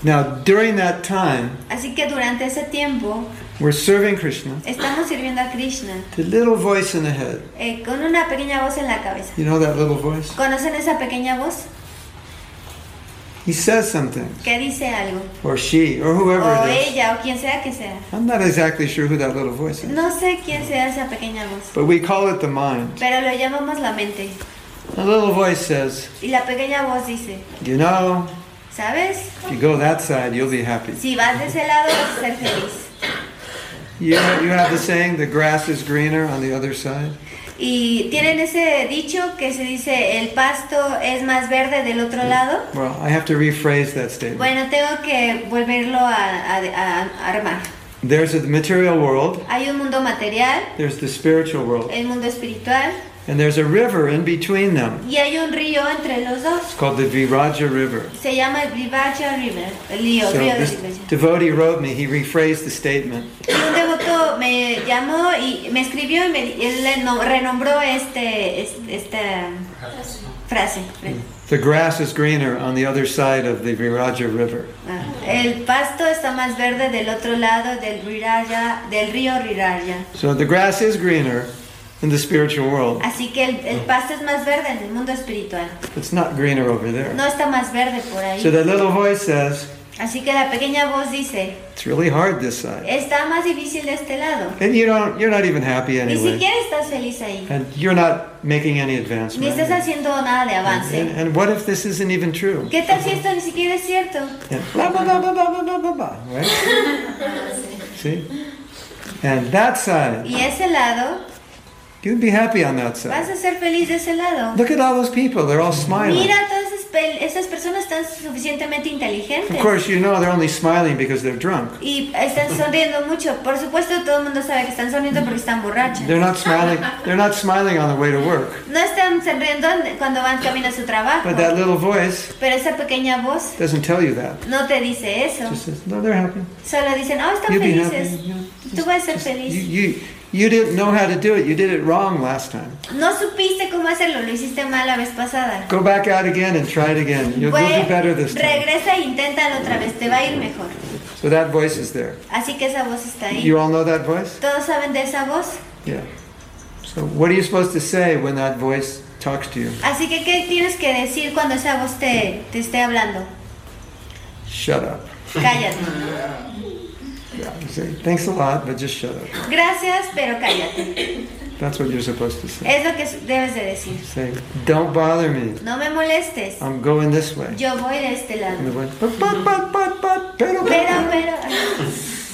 A: Now, during that time,
B: Así que durante ese tiempo
A: we're serving Krishna.
B: estamos sirviendo a Krishna
A: The little voice in the head.
B: eh, con una pequeña voz en la cabeza.
A: You know that little voice?
B: ¿Conocen esa pequeña voz
A: He says something.
B: que dice algo?
A: Or she, or whoever
B: O
A: it is.
B: ella, o quien sea que sea.
A: I'm not exactly sure who that little voice is.
B: No sé quién sea esa pequeña voz,
A: But we call it the mind.
B: pero lo llamamos la mente.
A: The little voice says,
B: Y la pequeña voz dice,
A: You know,
B: ¿sabes?
A: if you go that side, you'll be happy.
B: Si vas de ese lado vas a ser feliz.
A: You, you have the saying, the grass is greener on the other side?
B: Y tienen ese dicho que se dice, el pasto es más verde del otro lado.
A: Well, I have to rephrase that statement.
B: Bueno, tengo que volverlo a, a- a armar.
A: There's the material world,
B: Hay un mundo material,
A: there's the spiritual world,
B: el mundo espiritual,
A: and there's a river in between them.
B: y hay un río entre los dos.
A: It's called the Viraja River.
B: Se llama el Vivacha River, el río,
A: So
B: río de
A: this
B: Vivacha.
A: devotee wrote me, he rephrased the statement.
B: Y un devoto me llamó y me escribió y me, él le no- renombró este, es- esta frase.
A: The grass is greener on the other side of the Viraja River.
B: Ah, El pasto está más verde del otro lado del Riraya, del río Riraya.
A: So the grass is greener in the spiritual world.
B: Así que el, el pasto es más verde en el mundo espiritual.
A: It's not greener over there.
B: No está más verde por ahí.
A: So that little voice says,
B: Así que la pequeña voz dice,
A: it's really hard this side.
B: está más difícil de este lado.
A: And you don't you're not even happy
B: Ni
A: anyway. Ah,
B: siquiera estás feliz ahí.
A: And you're not making any
B: Ni
A: advancement.
B: estás haciendo nada de
A: And,
B: avance.
A: and what if this isn't even true?
B: ¿Qué tal si esto ni siquiera es cierto?
A: And blah blah blah blah blah blah blah blah. Right? See? And that side,
B: Y ese lado,
A: you'd be happy on that
B: vas
A: side.
B: a ser feliz de ese lado.
A: Look at all those people, they're all smiling.
B: Mira, todas esas, pel- esas personas están suficientemente
A: Of
B: inteligentes.
A: course, you know they're only smiling because they're drunk.
B: Y están sonriendo mucho. Por supuesto, todo el mundo sabe que están sonriendo porque están borrachas.
A: They're not smiling. They're not smiling on the way to work.
B: No están sonriendo cuando van camino a su trabajo.
A: But that little voice
B: Pero esa pequeña voz
A: doesn't tell you that.
B: no te dice eso.
A: Just says, no, they're happy.
B: Solo dicen, oh, están
A: You'll be
B: felices.
A: happy. Yeah.
B: Tú vas a ser
A: You,
B: feliz.
A: you, you didn't know how to do it. You did it wrong last time.
B: No supiste cómo hacerlo, lo hiciste mal la vez pasada.
A: Go back out again and try it again. You'll, you'll do
B: Pues,
A: better this time.
B: regresa e inténtalo otra vez, te va a ir mejor.
A: So that voice is there.
B: Así que esa voz está ahí.
A: You all know that voice?
B: ¿Todos saben de esa voz?
A: Yeah. So what are you supposed to say when that voice talks to you?
B: Así que, ¿qué tienes que decir cuando esa voz te, te esté hablando?
A: Shut up.
B: Cállate.
A: Yeah. You say, Thanks a lot, but just shut up.
B: Gracias, pero cállate.
A: That's what you're supposed to say.
B: Es lo que debes de decir.
A: Say, don't bother me.
B: No me molestes.
A: I'm going this way.
B: Yo voy de este
A: And
B: lado.
A: they went, but, but, but, but, but, pero,
B: Pero,
A: pero.
B: pero,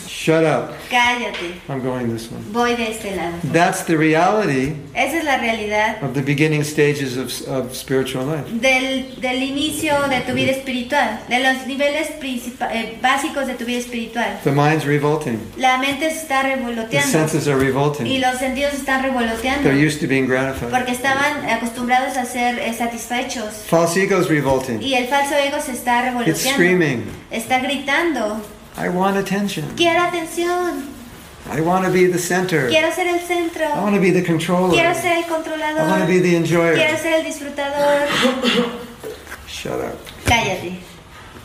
A: Shut up.
B: cállate.
A: I'm going this way.
B: Voy de este lado.
A: That's the reality
B: Esa es la realidad
A: of the beginning stages of, of spiritual life.
B: del, del inicio de tu vida espiritual, de los niveles principa- eh, básicos de tu vida espiritual.
A: The mind's revolting.
B: La mente se está
A: The
B: revoloteando
A: senses are
B: y
A: revolting.
B: los sentidos se están
A: They're
B: revoloteando
A: used to being gratified.
B: porque estaban acostumbrados a ser eh, satisfechos.
A: False ego's revolting.
B: Y el falso ego se está
A: It's
B: revoloteando.
A: screaming.
B: Está gritando.
A: I want attention.
B: Quiero atención.
A: I want to be the center.
B: Quiero ser el
A: I
B: centro.
A: want to be the controller.
B: Quiero ser
A: I
B: el
A: want to be
B: controlador.
A: the enjoyer.
B: Quiero ser el disfrutador.
A: Shut up.
B: Cállate.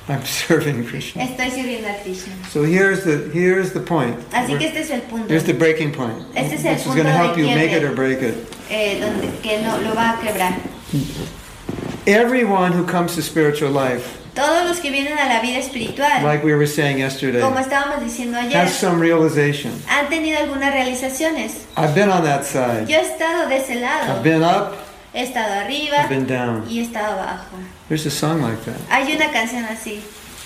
A: I'm serving Krishna.
B: Estoy sirviendo a Krishna.
A: So here's the here's the point.
B: Así que este es el punto
A: Here's the breaking point.
B: Este
A: This
B: es
A: is
B: el
A: going
B: punto
A: to
B: de
A: help you make it
B: quiebre.
A: or break it.
B: eh, donde, que no, lo va a quebrar.
A: Everyone who comes to spiritual life,
B: Todos los que vienen a la vida espiritual,
A: like we were saying yesterday,
B: Ah. como estábamos diciendo ayer,
A: has some realization.
B: han tenido algunas realizaciones.
A: I've been on that side.
B: Yo he estado de ese
A: I've
B: lado.
A: been up,
B: He estado arriba
A: I've been down.
B: y he estado abajo.
A: There's a song like that.
B: Hay una canción así.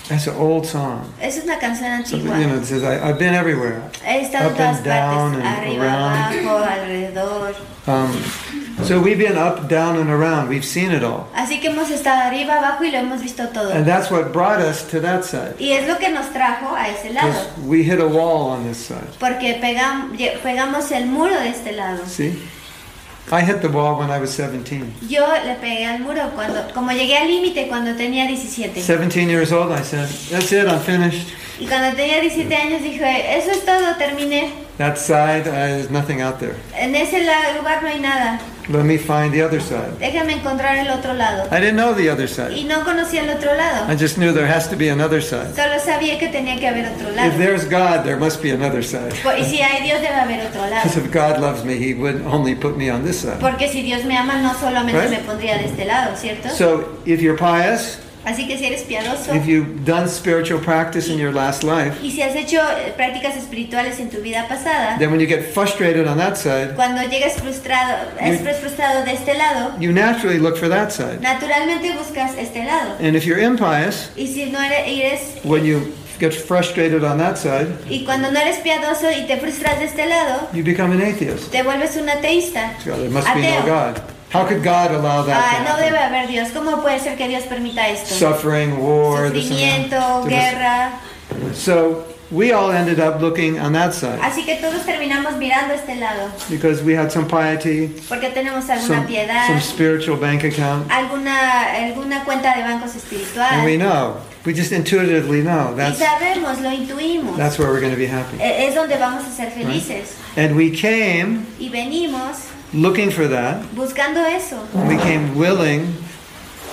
A: That's an old song.
B: Es una canción
A: So, you
B: antigua.
A: know, it says, I, I've been everywhere.
B: He estado en
A: Up
B: todas
A: and down
B: partes.
A: and
B: Arriba,
A: around.
B: abajo, alrededor.
A: Um, so we've been up, down, and around. We've seen it all.
B: Así que hemos estado arriba, abajo y lo hemos visto todo.
A: And that's what brought us to that side.
B: Y es lo que nos trajo a ese lado.
A: Because we hit a wall on this side.
B: Porque pegam- lle- pegamos el muro de este lado.
A: See? I hit the wall when I was 17.
B: Yo le pegué al muro cuando, como llegué al límite cuando tenía 17.
A: 17 years old, I said, That's it, I'm finished.
B: Y cuando tenía 17 años dije, eso es todo, terminé.
A: That side, uh, there's nothing out there.
B: En ese la- lugar no hay nada.
A: Let me find the other side.
B: Déjame encontrar el otro lado.
A: I didn't know the other side.
B: Y no conocía el otro lado.
A: I just knew there has to be another side.
B: Solo sabía que tenía que haber otro lado.
A: If there's God, there must be another side.
B: Po- Y si hay Dios debe haber otro lado.
A: Because if God loves me, He wouldn't only put me on this side.
B: Porque si Dios me ama, no solamente
A: Right.
B: me pondría de este lado, ¿cierto?
A: So if you're pious,
B: Así que si eres piadoso
A: if you've done spiritual practice in your last life,
B: y si has hecho eh, prácticas espirituales en tu vida pasada,
A: then when you get frustrated on that side,
B: cuando llegas frustrado, es frustrado de este lado,
A: you naturally look for that side.
B: Naturalmente buscas este lado.
A: And if you're impious,
B: Y si no eres, eres-
A: when you get frustrated on that side,
B: y cuando no eres piadoso y te frustras de este lado,
A: you become an atheist.
B: te vuelves un ateísta.
A: So there must be pues, no
B: Ateo.
A: God. How could God allow
B: Ah,
A: that? to
B: no
A: happen?
B: debe haber Dios. ¿Cómo puede ser que Dios permita esto?
A: Suffering, war, this and
B: Sufrimiento,
A: that.
B: guerra.
A: There must- So we all ended up looking on that side
B: Así que todos terminamos mirando este lado,
A: because we had some piety,
B: porque tenemos alguna
A: some, some
B: piedad,
A: spiritual bank account,
B: alguna alguna cuenta de bancos
A: and we
B: espiritual.
A: know. We just intuitively know
B: Y
A: that's
B: sabemos, lo intuimos.
A: that's where we're going to be happy.
B: Eh, Es donde vamos a ser felices.
A: And we came
B: Y venimos
A: looking for that.
B: buscando eso.
A: We came willing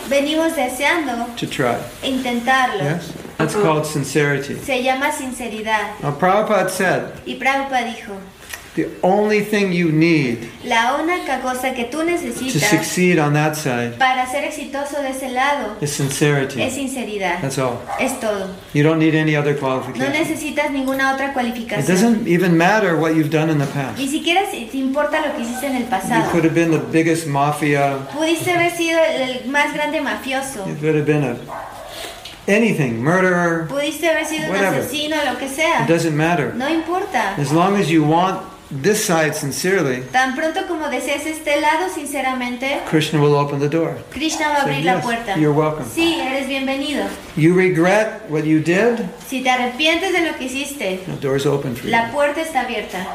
B: Venimos deseando
A: to try.
B: intentarlo.
A: Yes, that's called sincerity.
B: Se llama sinceridad.
A: Now, Prabhupada said,
B: Y Prabhupada dijo,
A: the only thing you need
B: la única cosa que tú
A: to
B: necesitas
A: succeed on that side
B: para ser exitoso de ese lado
A: is
B: es
A: sincerity.
B: sinceridad.
A: That's all.
B: Es todo.
A: You don't need any other
B: No
A: qualification.
B: necesitas ninguna otra
A: It
B: cualificación.
A: doesn't even matter what you've done in the past.
B: Ni siquiera si- te importa lo que hiciste en el
A: You
B: pasado.
A: could have been the biggest mafia.
B: Pudiste haber sido el el más grande mafioso.
A: You could have been a anything, murderer.
B: Pudiste haber sido un
A: Whatever.
B: asesino, lo que
A: It
B: sea.
A: doesn't matter.
B: No importa.
A: As long as you want this side sincerely,
B: Tan pronto como desees este lado, sinceramente,
A: Krishna will open the door.
B: Krishna va a
A: Say,
B: abrir la
A: "Yes,
B: puerta.
A: you're welcome.
B: Sí, eres bienvenido.
A: You regret what you did,
B: Si te arrepientes de lo que hiciste,
A: the door's open for you.
B: La puerta está abierta.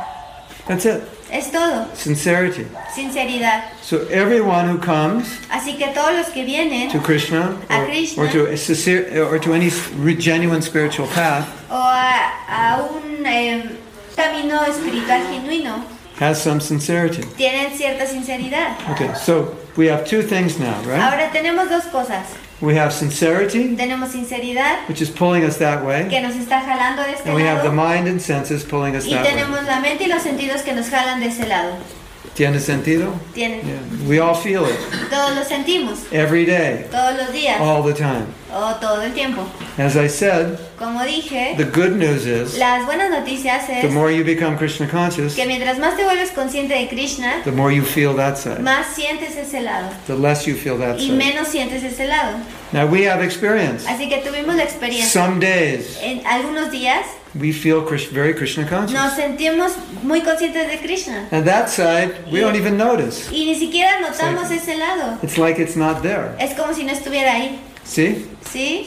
A: That's it.
B: Es todo.
A: Sincerity.
B: Sinceridad.
A: So everyone who comes
B: Así que todos los que vienen
A: to Krishna
B: A
A: or,
B: Krishna.
A: or to a sincere, or to any genuine spiritual path
B: o a, a un eh, camino espiritual genuino
A: has some sincerity.
B: tienen cierta sinceridad.
A: Okay, so we have two things now, right?
B: Ahora tenemos dos cosas.
A: We have sincerity,
B: Tenemos sinceridad
A: which is pulling us that way,
B: que nos está jalando de este
A: and we have the
B: lado
A: mind and senses pulling us
B: y
A: that way.
B: tenemos la mente y los sentidos que nos jalan de ese lado.
A: ¿Tiene sentido?
B: Tiene.
A: Yeah. We all feel it
B: Todos lo sentimos,
A: every day,
B: todos los días
A: all the time.
B: o todo el tiempo.
A: As I said,
B: Como dije,
A: the good news is
B: las buenas noticias
A: the
B: es
A: more you become Krishna conscious,
B: que mientras más te vuelves consciente de Krishna,
A: the more you feel that side,
B: más sientes ese lado
A: the less you feel that
B: y
A: side.
B: menos sientes ese lado.
A: Now we have experience.
B: Así que tuvimos la experiencia.
A: Some days
B: En algunos días
A: we feel Krish, very Krishna
B: nos
A: conscious.
B: sentimos muy conscientes de Krishna
A: And that side, we don't even notice.
B: y ni siquiera notamos
A: Sí.
B: ese lado.
A: It's like it's not there.
B: Es como si no estuviera ahí,
A: See?
B: ¿sí?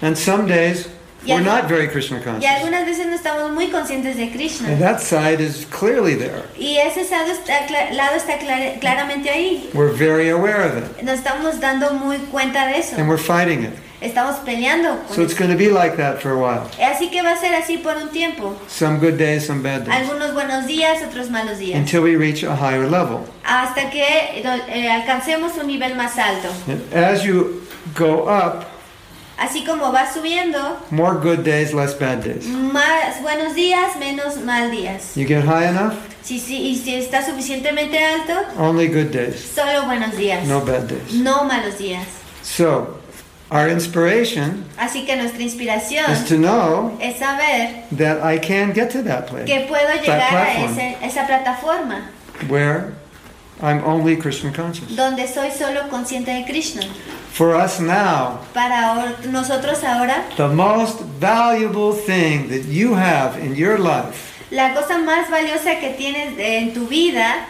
A: And some days, we're
B: Yeah.
A: not very Krishna
B: Y
A: conscious.
B: algunas veces no estamos muy conscientes de Krishna.
A: And that side is clearly there.
B: Y ese lado está, cla- lado está clara- claramente ahí.
A: We're very aware of it.
B: Nos estamos dando muy cuenta de eso.
A: And we're fighting it.
B: Estamos peleando. con
A: So it's
B: eso.
A: going to be like that for a while.
B: Así que va a ser así por un tiempo.
A: Some good days, some bad days.
B: Algunos buenos días, otros malos días.
A: Until we reach a higher level.
B: Hasta que no- eh, alcancemos un nivel más alto.
A: And as you go up,
B: Así como va subiendo,
A: more good days, less bad days.
B: más buenos días, menos mal días.
A: You get high enough,
B: Si, si, y si está suficientemente alto,
A: only good days,
B: solo buenos días.
A: no bad days.
B: no malos días.
A: So, our inspiration
B: Así que nuestra inspiración
A: is to know
B: es saber
A: that I can get to that place
B: que puedo llegar a
A: platform.
B: ese- esa plataforma
A: where I'm only Krishna conscious.
B: donde soy solo consciente de Krishna.
A: For us now,
B: Para ahor- nosotros ahora,
A: the most valuable thing that you have in your life
B: la cosa más valiosa que tienes en tu vida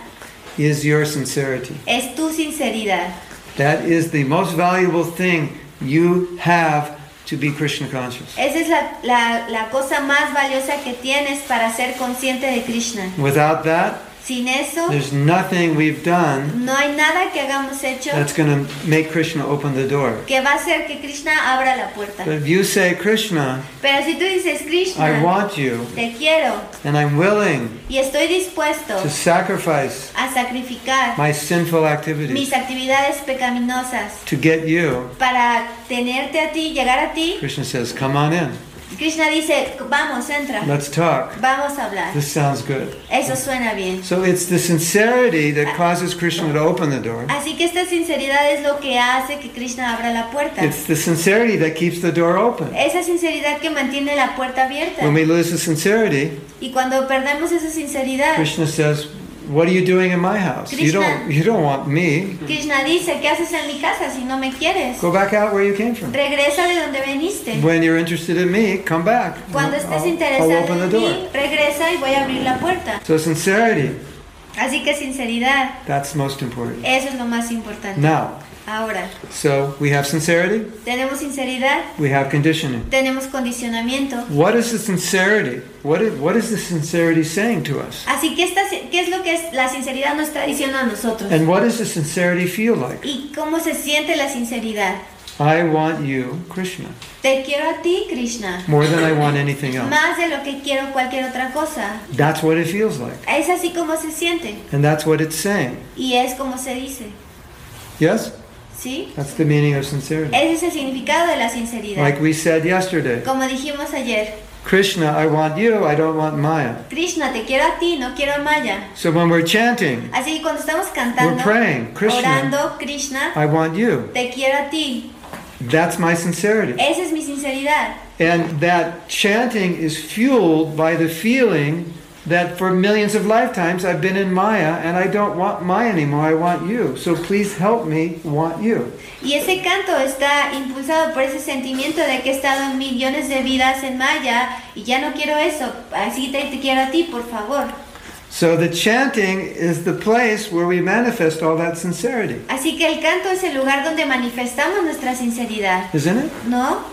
A: is your sincerity.
B: es tu sinceridad.
A: That is the most valuable thing you have to be Krishna conscious.
B: Esa es la, la- la cosa más valiosa que tienes para ser consciente de Krishna.
A: Without that,
B: Sin eso,
A: there's nothing we've done
B: no hay nada que hagamos hecho
A: that's going to make Krishna open the door.
B: que va a hacer que Krishna abra la puerta.
A: But if you say, Krishna,
B: Pero si tú dices,
A: I
B: Krishna,
A: want you
B: te quiero
A: and I'm willing
B: y estoy dispuesto
A: to sacrifice
B: a sacrificar
A: my sinful activities
B: mis actividades pecaminosas
A: to get you,
B: para tenerte a ti, llegar a ti,
A: Krishna says, come on in.
B: Krishna dice, vamos, entra,
A: Let's talk.
B: vamos a hablar.
A: This sounds good.
B: Eso suena bien.
A: So it's the sincerity that causes Krishna to open the door.
B: Así que esta sinceridad es lo que hace que Krishna abra la puerta.
A: It's the sincerity that keeps the door open.
B: Esa sinceridad que mantiene la puerta abierta.
A: When we lose the sincerity,
B: Y cuando perdemos esa sinceridad,
A: Krishna says, "What are you doing in my house? You don't you don't want me.
B: Krishna dice, ¿qué haces en mi casa si no me quieres?
A: Go back out where you came from.
B: Regresa de donde viniste.
A: When you're interested in me, come back.
B: Cuando estés
A: I'll, I'll
B: interesado
A: open the
B: en
A: door."
B: mí, regresa y voy a abrir la puerta.
A: So sincerity,
B: Así que sinceridad,
A: that's most important.
B: eso es lo más importante.
A: Now,
B: Ahora,
A: so we have sincerity,
B: tenemos sinceridad,
A: we have conditioning.
B: tenemos condicionamiento.
A: What is the sincerity? What is, what is the sincerity saying to us?
B: Así que esta, ¿qué es lo que es la sinceridad nos está diciendo a nosotros?
A: And what does the sincerity feel like?
B: ¿Y cómo se siente la sinceridad?
A: I want you, Krishna,
B: Te quiero a ti, Krishna,
A: more than I want anything else.
B: más de lo que quiero cualquier otra cosa.
A: That's what it feels like.
B: Es así como se siente
A: And that's what it's saying.
B: y es como se dice,
A: Yes?
B: ¿sí?
A: That's the meaning of sincerity.
B: Ese es el significado de la sinceridad.
A: Like we said yesterday,
B: Como dijimos ayer,
A: Krishna, I want you, I don't want Maya.
B: Krishna, te quiero a ti, no quiero a Maya.
A: So when we're chanting,
B: Así que cuando estamos
A: we're
B: cantando,
A: praying, Krishna,
B: orando, Krishna,
A: I want you.
B: te quiero a ti.
A: That's my sincerity.
B: Esa es mi sinceridad.
A: And that chanting is fueled by the feeling that for millions of lifetimes I've been in Maya and I don't want Maya anymore, I want you. So please help me want you.
B: Y ese canto está impulsado por ese sentimiento de que he estado en millones de vidas en Maya y ya no quiero eso, así que te quiero a ti, por favor.
A: So the chanting is the place where we manifest all that sincerity,
B: Así que el canto es el lugar donde manifestamos nuestra sinceridad,
A: isn't it?
B: ¿no?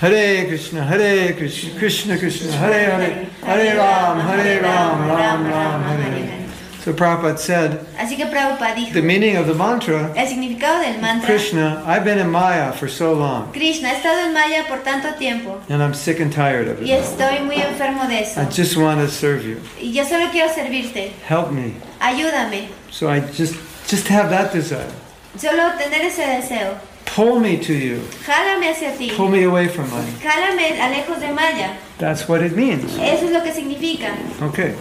A: Hare Krishna, Hare Krishna, Krishna Krishna, Hare Hare, Hare Ram, Hare Ram, Ram Ram, Hare Hare. So Prabhupada said,
B: Así que Prabhupada dijo,
A: the meaning of the mantra,
B: el significado del mantra,
A: Krishna, I've been in Maya for so long,
B: Krishna, he estado en Maya por tanto tiempo
A: and I'm sick and tired of
B: y
A: it.
B: estoy muy enfermo de eso.
A: I just want to serve you.
B: Y yo solo quiero servirte,
A: Help me.
B: ayúdame,
A: So I just just have that desire.
B: solo tener ese deseo,
A: Pull me to you.
B: jálame hacia ti,
A: Pull me away from Maya.
B: jálame a lejos de Maya.
A: That's what it means.
B: Eso es lo que significa.
A: Okay.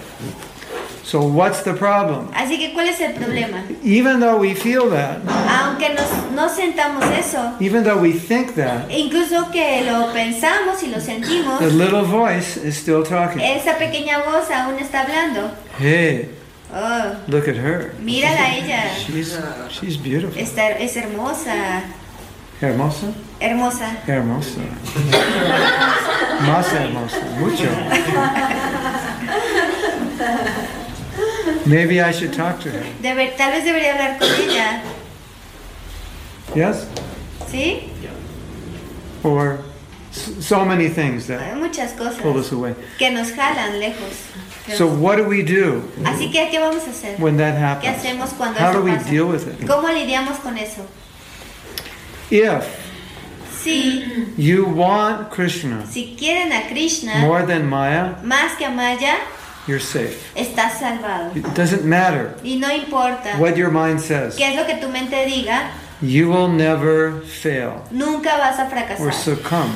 A: So what's the problem?
B: Así que, ¿cuál es el problema?
A: Even though we feel that,
B: Aunque nos, no sentamos eso,
A: even though we think that,
B: incluso que lo pensamos y lo sentimos,
A: the little voice is still talking.
B: esa pequeña voz aún está hablando.
A: Hey,
B: Oh,
A: look at her.
B: mírala a ella.
A: She's she's beautiful.
B: Está, es hermosa.
A: Hermosa,
B: Hermosa.
A: hermosa, más hermosa, mucho. Maybe I should talk to her.
B: Deber- tal vez debería hablar con ella.
A: Yes,
B: ¿Sí?
A: or s- so many things that
B: Hay muchas
A: pull
B: cosas
A: us away.
B: que nos jalan lejos.
A: So what do we do
B: Así que, ¿qué vamos a hacer?
A: when that
B: ¿Qué
A: happens?
B: hacemos cuando
A: How do we deal with
B: eso
A: it?
B: pasa? ¿Cómo lidiamos con eso?
A: If
B: Sí,
A: you want Krishna
B: si quieren a Krishna
A: more than Maya,
B: más que a Maya,
A: you're safe.
B: estás salvado.
A: It doesn't matter
B: Y no importa
A: what your mind says.
B: qué es lo que tu mente diga,
A: You will never fail
B: nunca vas a
A: or
B: fracasar.
A: succumb.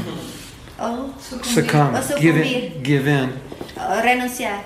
B: O,
A: Succumb.
B: O sucumbir.
A: Give in. Give in.
B: o renunciar.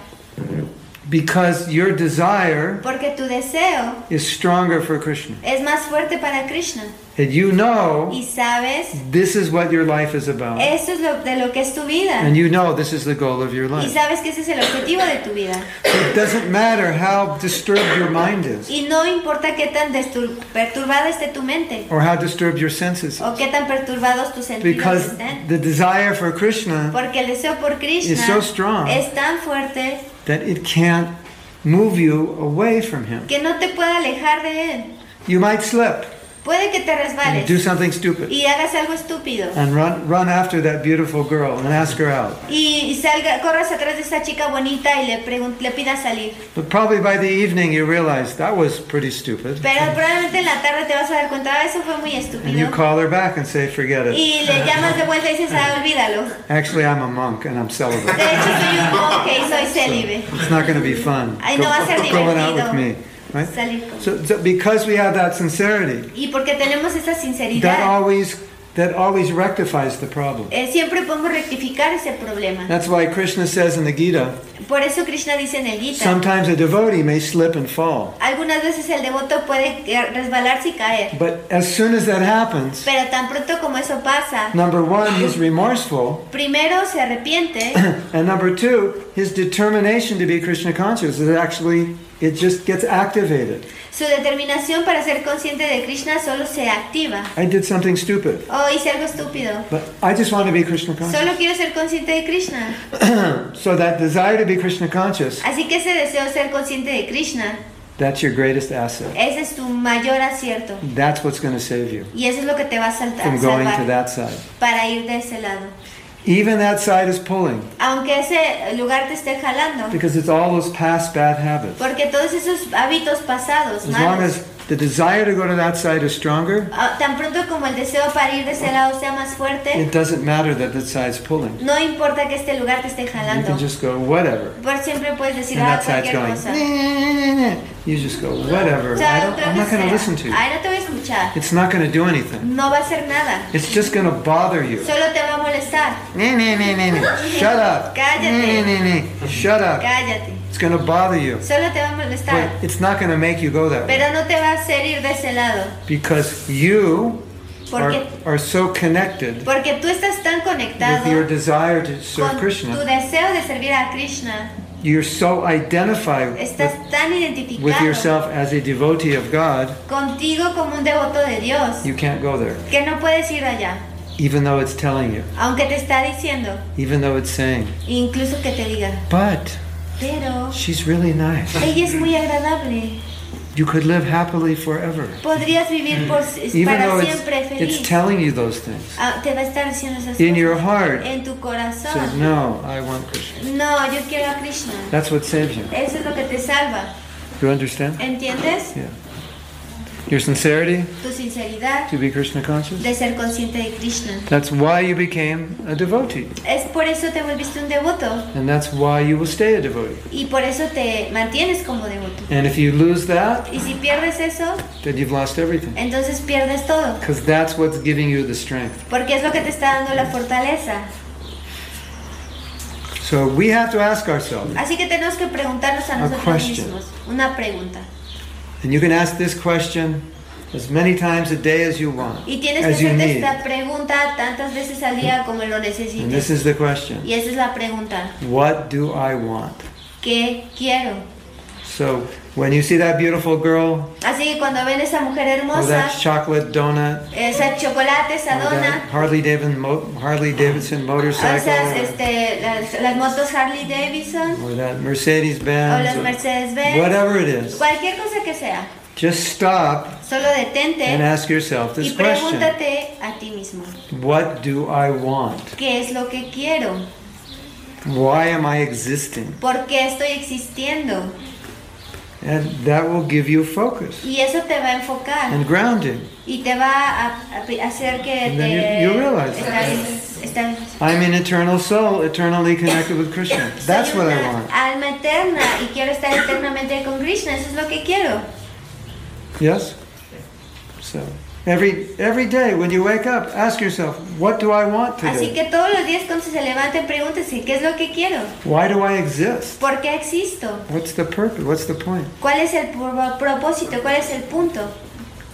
A: Because your desire
B: Porque tu deseo
A: is stronger for Krishna.
B: es más fuerte para Krishna.
A: And you know
B: Y sabes,
A: this is what your life is about.
B: eso es lo, de lo que es tu vida.
A: And you know this is the goal of your
B: Y
A: life.
B: sabes que ese es el objetivo de tu vida.
A: It doesn't matter how disturbed your mind is
B: Y no importa qué tan destur- perturbada esté tu mente
A: or how disturbed your senses.
B: o qué tan perturbados tus sentidos
A: Because
B: estén.
A: the desire for Krishna
B: Porque el deseo por
A: is
B: Krishna
A: so strong
B: es tan fuerte
A: that it can't move you away from him.
B: que no te puede alejar de él.
A: You might slip
B: Puede que te
A: and do
B: resbales
A: something stupid
B: y hagas algo estúpido
A: and run run after that beautiful girl and ask her out.
B: y salga, corras atrás de esa chica bonita y le, pregun- le pidas salir.
A: But probably by the evening you realize that was pretty stupid.
B: Pero probablemente en la tarde te vas a dar cuenta, "Ah, eso fue muy
A: And you
B: estúpido.
A: call her back and say, forget it.
B: Y le llamas de vuelta y dices, ah, olvídalo.
A: Actually, I'm a monk and I'm celibate.
B: De hecho, soy un monje y soy célibe.
A: It's not going to be fun.
B: Ay, no va a ser
A: going out with
B: divertido.
A: me. Right?
B: Salir con-
A: So, so because we have that sincerity,
B: Y porque tenemos esa
A: that
B: sinceridad,
A: always that always rectifies the problem.
B: eh, siempre podemos rectificar ese problema.
A: That's why Krishna says in the Gita,
B: Por eso Krishna dice en el Gita,
A: sometimes a devotee may slip and fall.
B: algunas veces el devoto puede que- resbalarse y caer,
A: But as soon as that happens,
B: pero tan pronto como eso pasa,
A: number one, he's remorseful,
B: primero se arrepiente
A: and number two, his determination to be Krishna conscious is actually it just gets activated.
B: Su determinación para ser consciente de Krishna solo se activa.
A: I did something stupid,
B: Oh, hice algo estúpido.
A: but I just want to be Krishna conscious.
B: Solo quiero ser consciente de Krishna.
A: So that desire to be Krishna conscious,
B: Así que ese deseo de ser consciente de Krishna,
A: that's your greatest asset.
B: ese es tu mayor acierto.
A: That's what's going to save you
B: Y eso es lo que te va a
A: from
B: saltar,
A: going to
B: salvar
A: that side.
B: para ir de ese lado.
A: Even that side is pulling
B: Aunque ese lugar te esté jalando.
A: because it's all those past bad habits.
B: Porque todos esos hábitos pasados,
A: As long
B: malos,
A: as the desire to go to that side is stronger,
B: ah, tan pronto como el deseo para ir de ese lado sea más fuerte,
A: it doesn't matter that that side's pulling.
B: no importa que este lugar te esté
A: You
B: jalando.
A: can just go whatever.
B: Por siempre puedes decir,
A: And
B: ah,
A: that side's
B: cualquier
A: going,
B: cosa.
A: "Nah, nah, nah, nah." you just go whatever. I
B: Chao,
A: don't,
B: creo
A: I'm
B: que
A: not going to
B: será.
A: listen to you.
B: Ay, no te voy a escuchar.
A: It's not going to do anything.
B: No va a hacer nada.
A: It's just going to bother you.
B: Solo te va a molestar.
A: Nah, nah, nah, nah, nah. Shut up.
B: Cállate.
A: Nah, nah, nah, nah. Shut up.
B: Cállate.
A: It's going to bother you.
B: Solo te va a molestar.
A: But it's not going to make you go that way
B: Pero no te va a hacer ir de ese lado.
A: because you are,
B: Porque,
A: are so connected
B: porque tú estás tan
A: with your
B: conectado
A: desire to serve
B: con tu
A: Krishna.
B: deseo de servir a Krishna.
A: You're so identified
B: Estás
A: with,
B: tan
A: with
B: identificado
A: yourself as a devotee of God,
B: contigo como un devoto de Dios
A: you can't go there.
B: que no puedes ir allá.
A: Even though it's telling you,
B: Aunque te está diciendo,
A: even though it's saying,
B: incluso que te diga,
A: but
B: pero
A: she's really nice.
B: ella es muy agradable.
A: You could live happily forever.
B: Podrías vivir por,
A: Even
B: para
A: though it's,
B: siempre feliz.
A: it's telling you those things.
B: Ah, te va a estar diciendo esas
A: In
B: cosas.
A: your heart.
B: en tu
A: Says,
B: corazón.
A: no, I want Krishna.
B: No, yo quiero a Krishna.
A: That's what saves you.
B: Eso es lo que te salva.
A: You understand?
B: ¿Entiendes?
A: Your sincerity
B: Tu sinceridad
A: to be Krishna conscious.
B: de ser consciente de Krishna.
A: That's why you became a devotee.
B: Es por eso te volviste un devoto
A: And that's why you will stay a devotee.
B: y por eso te mantienes como devoto.
A: And if you lose that,
B: Y si pierdes eso,
A: then you've lost everything.
B: entonces pierdes todo,
A: Because that's what's giving you the strength.
B: porque es lo que te está dando la fortaleza.
A: So we have to ask ourselves,
B: Así que tenemos que preguntarnos a
A: A
B: nosotros
A: question.
B: mismos una pregunta.
A: and you can ask this question as many times a day as you want,
B: Y tienes
A: as
B: que
A: you
B: hacerte
A: need.
B: esta pregunta tantas veces al día como lo
A: And
B: necesites.
A: this is the question
B: Y esa es la pregunta.
A: What do I want?
B: ¿Qué quiero?
A: So when you see that beautiful girl,
B: Así que cuando ven esa mujer
A: or
B: hermosa,
A: that chocolate donut,
B: esa chocolate,
A: or
B: esa
A: that
B: dona,
A: Harley Davidson, mo- Harley Davidson
B: o
A: motorcycle,
B: esas,
A: or-
B: este, las, las motos Harley Davidson
A: or that Mercedes
B: o las
A: Benz, or
B: Mercedes Benz,
A: whatever it is,
B: cualquier cosa que sea,
A: just stop
B: solo
A: and
B: detente
A: ask yourself
B: y
A: this question
B: pregúntate a ti mismo,
A: What do I want?
B: ¿qué es lo que quiero?
A: Why am I existing?
B: ¿Por qué estoy existiendo?
A: And that will give you focus
B: Y eso te va a enfocar
A: and grounding.
B: y te va a, a- a hacer que
A: And then
B: te
A: you- you realize
B: estabiliz- estabiliz-
A: I'm an eternal soul, eternally connected with Krishna. That's
B: Soy
A: what I
B: una
A: want.
B: Alma eterna y quiero estar eternamente con Krishna, eso es lo que quiero.
A: Yes? So every every day when you wake up, ask yourself, what do I want
B: Así
A: today?
B: que todos los días cuando se levanten pregúntese qué es lo que quiero,
A: Why do I exist?
B: por qué existo,
A: What's the purpose? What's the point?
B: cuál es el pro- propósito, cuál es el punto.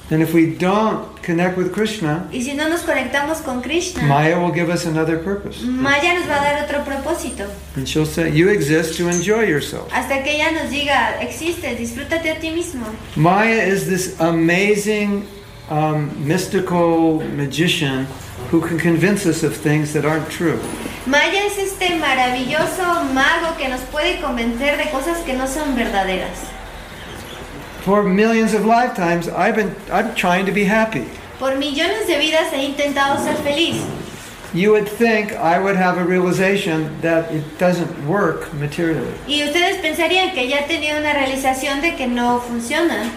A: And if we don't connect with Krishna,
B: Y si no nos conectamos con Krishna,
A: Maya will give us another purpose.
B: Maya nos va a dar otro propósito.
A: And she'll say, You exist to enjoy yourself.
B: Hasta que ella nos diga, existes, disfrútate a ti mismo.
A: Maya is this amazing um, mystical magician who can convince us of things that aren't true.
B: Maya es este maravilloso mago que nos puede convencer de cosas que no son verdaderas.
A: For millions of lifetimes, I've been I'm trying to be happy.
B: Por millones de vidas he intentado ser feliz.
A: You would think I would have a realization that it doesn't work materially.
B: Y ustedes pensarían que ya he tenido una realización de que no funciona.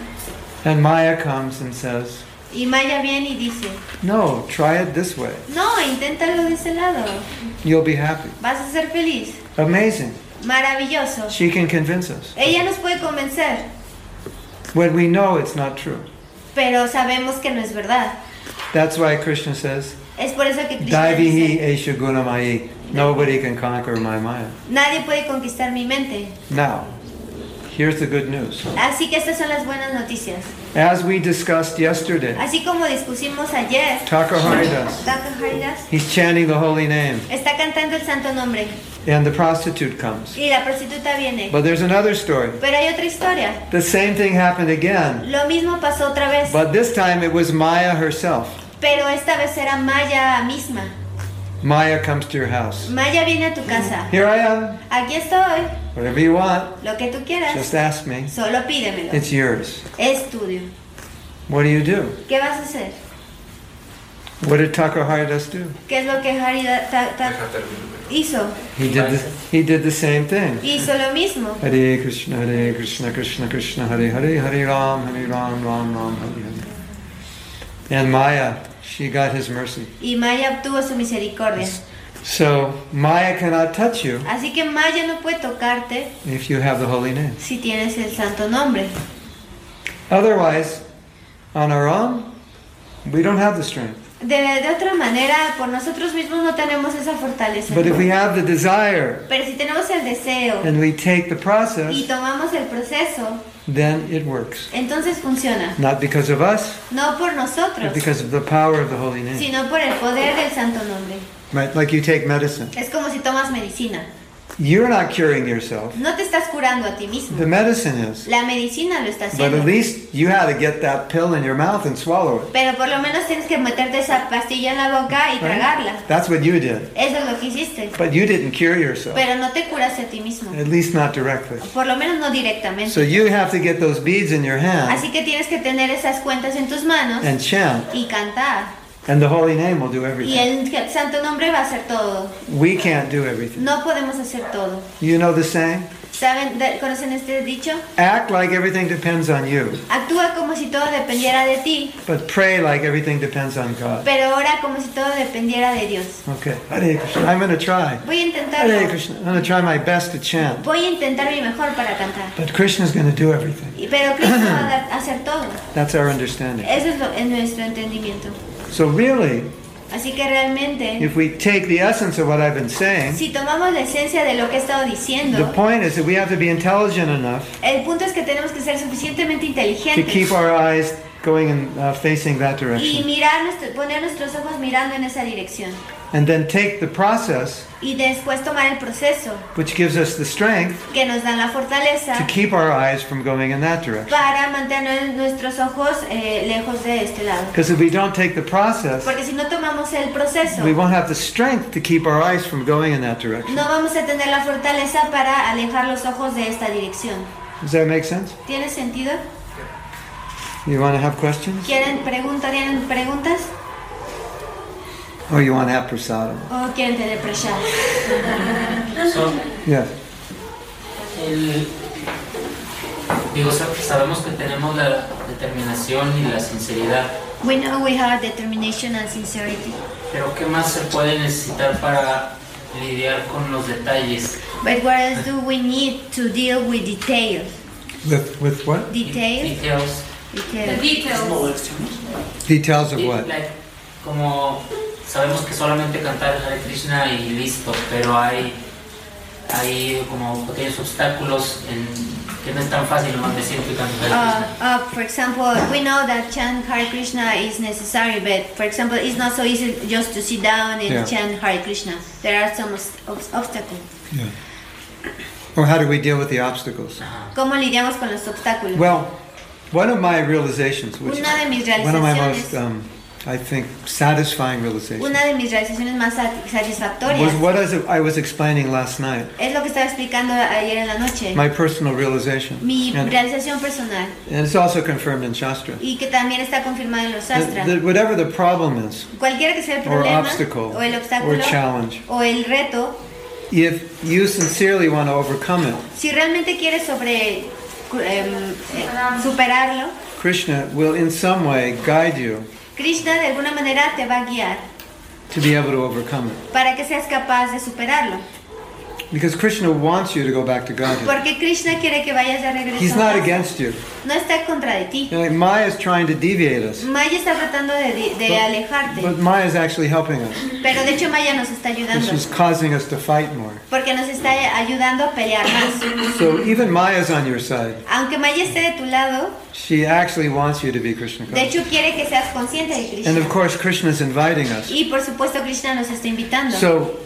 A: And Maya comes and says,
B: Y Maya viene y dice,
A: No, try it this way.
B: no, inténtalo de ese lado,
A: You'll be happy.
B: vas a ser feliz.
A: Amazing.
B: Maravilloso.
A: She can convince us
B: Ella nos puede convencer,
A: when we know it's not true.
B: pero sabemos que no es verdad.
A: That's why Krishna says,
B: Es por eso que Krishna
A: Daivihi
B: dice,
A: esha gunamayi. Nobody can conquer my Maya.
B: nadie puede conquistar mi mente.
A: Now, here's the good news.
B: Así que estas son las buenas noticias.
A: As we discussed yesterday,
B: Así como discutimos ayer,
A: Thakur Haridas,
B: Tata Haridas
A: he's chanting the holy name,
B: está cantando el santo nombre
A: and the prostitute comes.
B: y la prostituta viene.
A: But there's another story.
B: Pero hay otra historia.
A: The same thing happened again,
B: Lo mismo pasó otra vez,
A: but this time it was Maya herself.
B: pero esta vez era Maya misma.
A: Maya comes to your house.
B: Maya viene a tu casa.
A: Here I am.
B: Aquí estoy,
A: Whatever you want,
B: lo que tú quieras,
A: just ask me.
B: solo pídemelo.
A: It's yours.
B: Estudio.
A: What do you do?
B: ¿Qué vas a hacer?
A: What did Thakur Haridas do?
B: ¿Qué es lo que Harida ta- ta- hizo?
A: He did the, he did the same thing.
B: Hizo lo mismo.
A: Hare Krishna, Hare Krishna, Krishna Krishna, Hare Hare, Hare Ram, Hare Ram, Ram Ram, Hare Hare. And Maya, she got his mercy.
B: Y Maya obtuvo su misericordia.
A: So Maya cannot touch you
B: Así que Maya no puede tocarte
A: if you have the holy name.
B: si tienes el santo nombre.
A: Otherwise, on our own, we don't have the strength.
B: De, de otra manera, por nosotros mismos no tenemos esa fortaleza.
A: But if we have the desire
B: Pero si tenemos el deseo
A: and we take the
B: y
A: process,
B: tomamos el proceso,
A: then it works.
B: entonces funciona.
A: Not because of us,
B: No por
A: but
B: nosotros,
A: because of the power of the holy name.
B: sino por el poder del santo nombre.
A: Right? Like you take medicine.
B: Es como si tomas medicina.
A: You're not curing yourself.
B: No te estás curando a ti mismo.
A: The medicine is.
B: La medicina lo está
A: But at
B: haciendo.
A: least you had to get that pill in your mouth and swallow it.
B: Pero por lo menos tienes que meterte esa pastilla en la boca y tragarla.
A: Right? That's what you did.
B: Eso es lo que hiciste.
A: But you didn't cure yourself,
B: Pero no te curaste a ti mismo.
A: at least not directly.
B: Por lo menos no directamente.
A: So you have to get those beads in your hand
B: Así que tienes que tener esas cuentas en tus manos
A: and chant,
B: y cantar.
A: and the holy name will do
B: Y
A: everything.
B: el santo nombre va a hacer todo.
A: We can't do everything.
B: No podemos hacer todo.
A: You know the saying?
B: ¿Saben? de- ¿Conocen este dicho?
A: Act like everything depends on you,
B: Actúa como si todo dependiera de ti,
A: but pray like everything depends on God.
B: pero ora como si todo dependiera de Dios.
A: Okay, Hare Krishna. I'm going to try.
B: Voy a intentarlo.
A: Hare Krishna. I'm going to try my best to chant.
B: Voy a intentar mi mejor para cantar.
A: But Krishna's going to do everything.
B: Y- Pero Cristo va a dar- hacer todo.
A: That's our understanding.
B: Eso es lo, en nuestro entendimiento.
A: So really,
B: Así que realmente,
A: If we take the essence of what I've been saying,
B: si tomamos la esencia de lo que he estado diciendo,
A: the point is that we have to be intelligent enough
B: El punto es que tenemos que ser suficientemente
A: to keep
B: inteligentes
A: our eyes going and uh, facing that
B: y
A: direction.
B: mirar nuestro- poner nuestros ojos mirando en esa dirección
A: And then take the process,
B: y después tomar el proceso
A: which gives us the strength,
B: que nos dan la fortaleza
A: to keep our eyes from going in that direction.
B: para mantener nuestros ojos eh, lejos de este lado.
A: Because if we don't take the process,
B: Porque si no tomamos el proceso,
A: we won't have the strength to keep our eyes from going in that direction.
B: no vamos a tener la fortaleza para alejar los ojos de esta dirección.
A: Does that make sense?
B: ¿Tiene sentido?
A: You want to have questions?
B: ¿Quieren preguntas? ¿Tienen preguntas?
A: Or Oh, you want to have prasadam?
B: ¿O quieren tener presión?
C: Son,
A: Yes.
C: el- digo, sab- sabemos que tenemos la determinación y la sinceridad,
B: We know we have determination and sincerity.
C: pero ¿qué más se puede necesitar para lidiar con los detalles?
B: But what else do we need to deal with details?
A: With, with what?
B: Details?
C: Details.
B: Details.
D: Details.
A: Details of
C: Di-
A: what?
C: like, como sabemos que solamente cantar el Hare Krishna y listo, pero hay, hay como pequeños obstáculos en, que no es tan fácil nomás decir que canto Hare Krishna.
B: Uh, uh, for example, we know that chant Hare Krishna is necessary, but for example, it's not so easy just to sit down and
A: Yeah.
B: chant Hare Krishna. There are some obs- obs- obstacles.
A: Yeah. Or how do we deal with the obstacles?
B: ¿Cómo lidiamos con los obstáculos?
A: Well, one of my realizations, which is
B: Una de mis
A: one of my most,
B: realizaciones,
A: um, I think, satisfying realizations,
B: una de mis realizaciones más sati- satisfactorias
A: was what I was, I was explaining last night.
B: es lo que estaba explicando ayer en la noche.
A: My personal realization.
B: Mi
A: And, and
B: realización personal
A: it's also confirmed in Shastra.
B: y que también está confirmada en los
A: That,
B: sastras.
A: that whatever the problem is,
B: Cualquiera que sea el
A: or
B: problema
A: obstacle,
B: o el
A: or
B: obstáculo
A: challenge,
B: o el reto,
A: if you sincerely want to overcome it,
B: si realmente quieres sobre cu- em, eh, superarlo,
A: Krishna will in some way guide you
B: Krishna de alguna manera te va a guiar
A: to be able to overcome it.
B: para que seas capaz de superarlo.
A: Because Krishna wants you to go back to Godhead.
B: Porque Krishna quiere que vayas de
A: He's
B: regreso. a
A: not
B: casa.
A: against you.
B: No está contra de ti.
A: You know, Maya is trying to deviate us,
B: Maya está tratando de, di- de
A: But-
B: alejarte,
A: but Maya is actually helping us,
B: pero de hecho Maya nos está ayudando.
A: which is causing us to fight more.
B: Porque nos está ayudando a pelear más.
A: So even Maya's on your side.
B: Aunque Maya esté de tu lado,
A: She actually wants you to be Krishna
B: de
A: conscious.
B: hecho quiere que seas consciente de
A: And of
B: Krishna.
A: course, Krishna is inviting us.
B: Y por supuesto Krishna nos está invitando.
A: So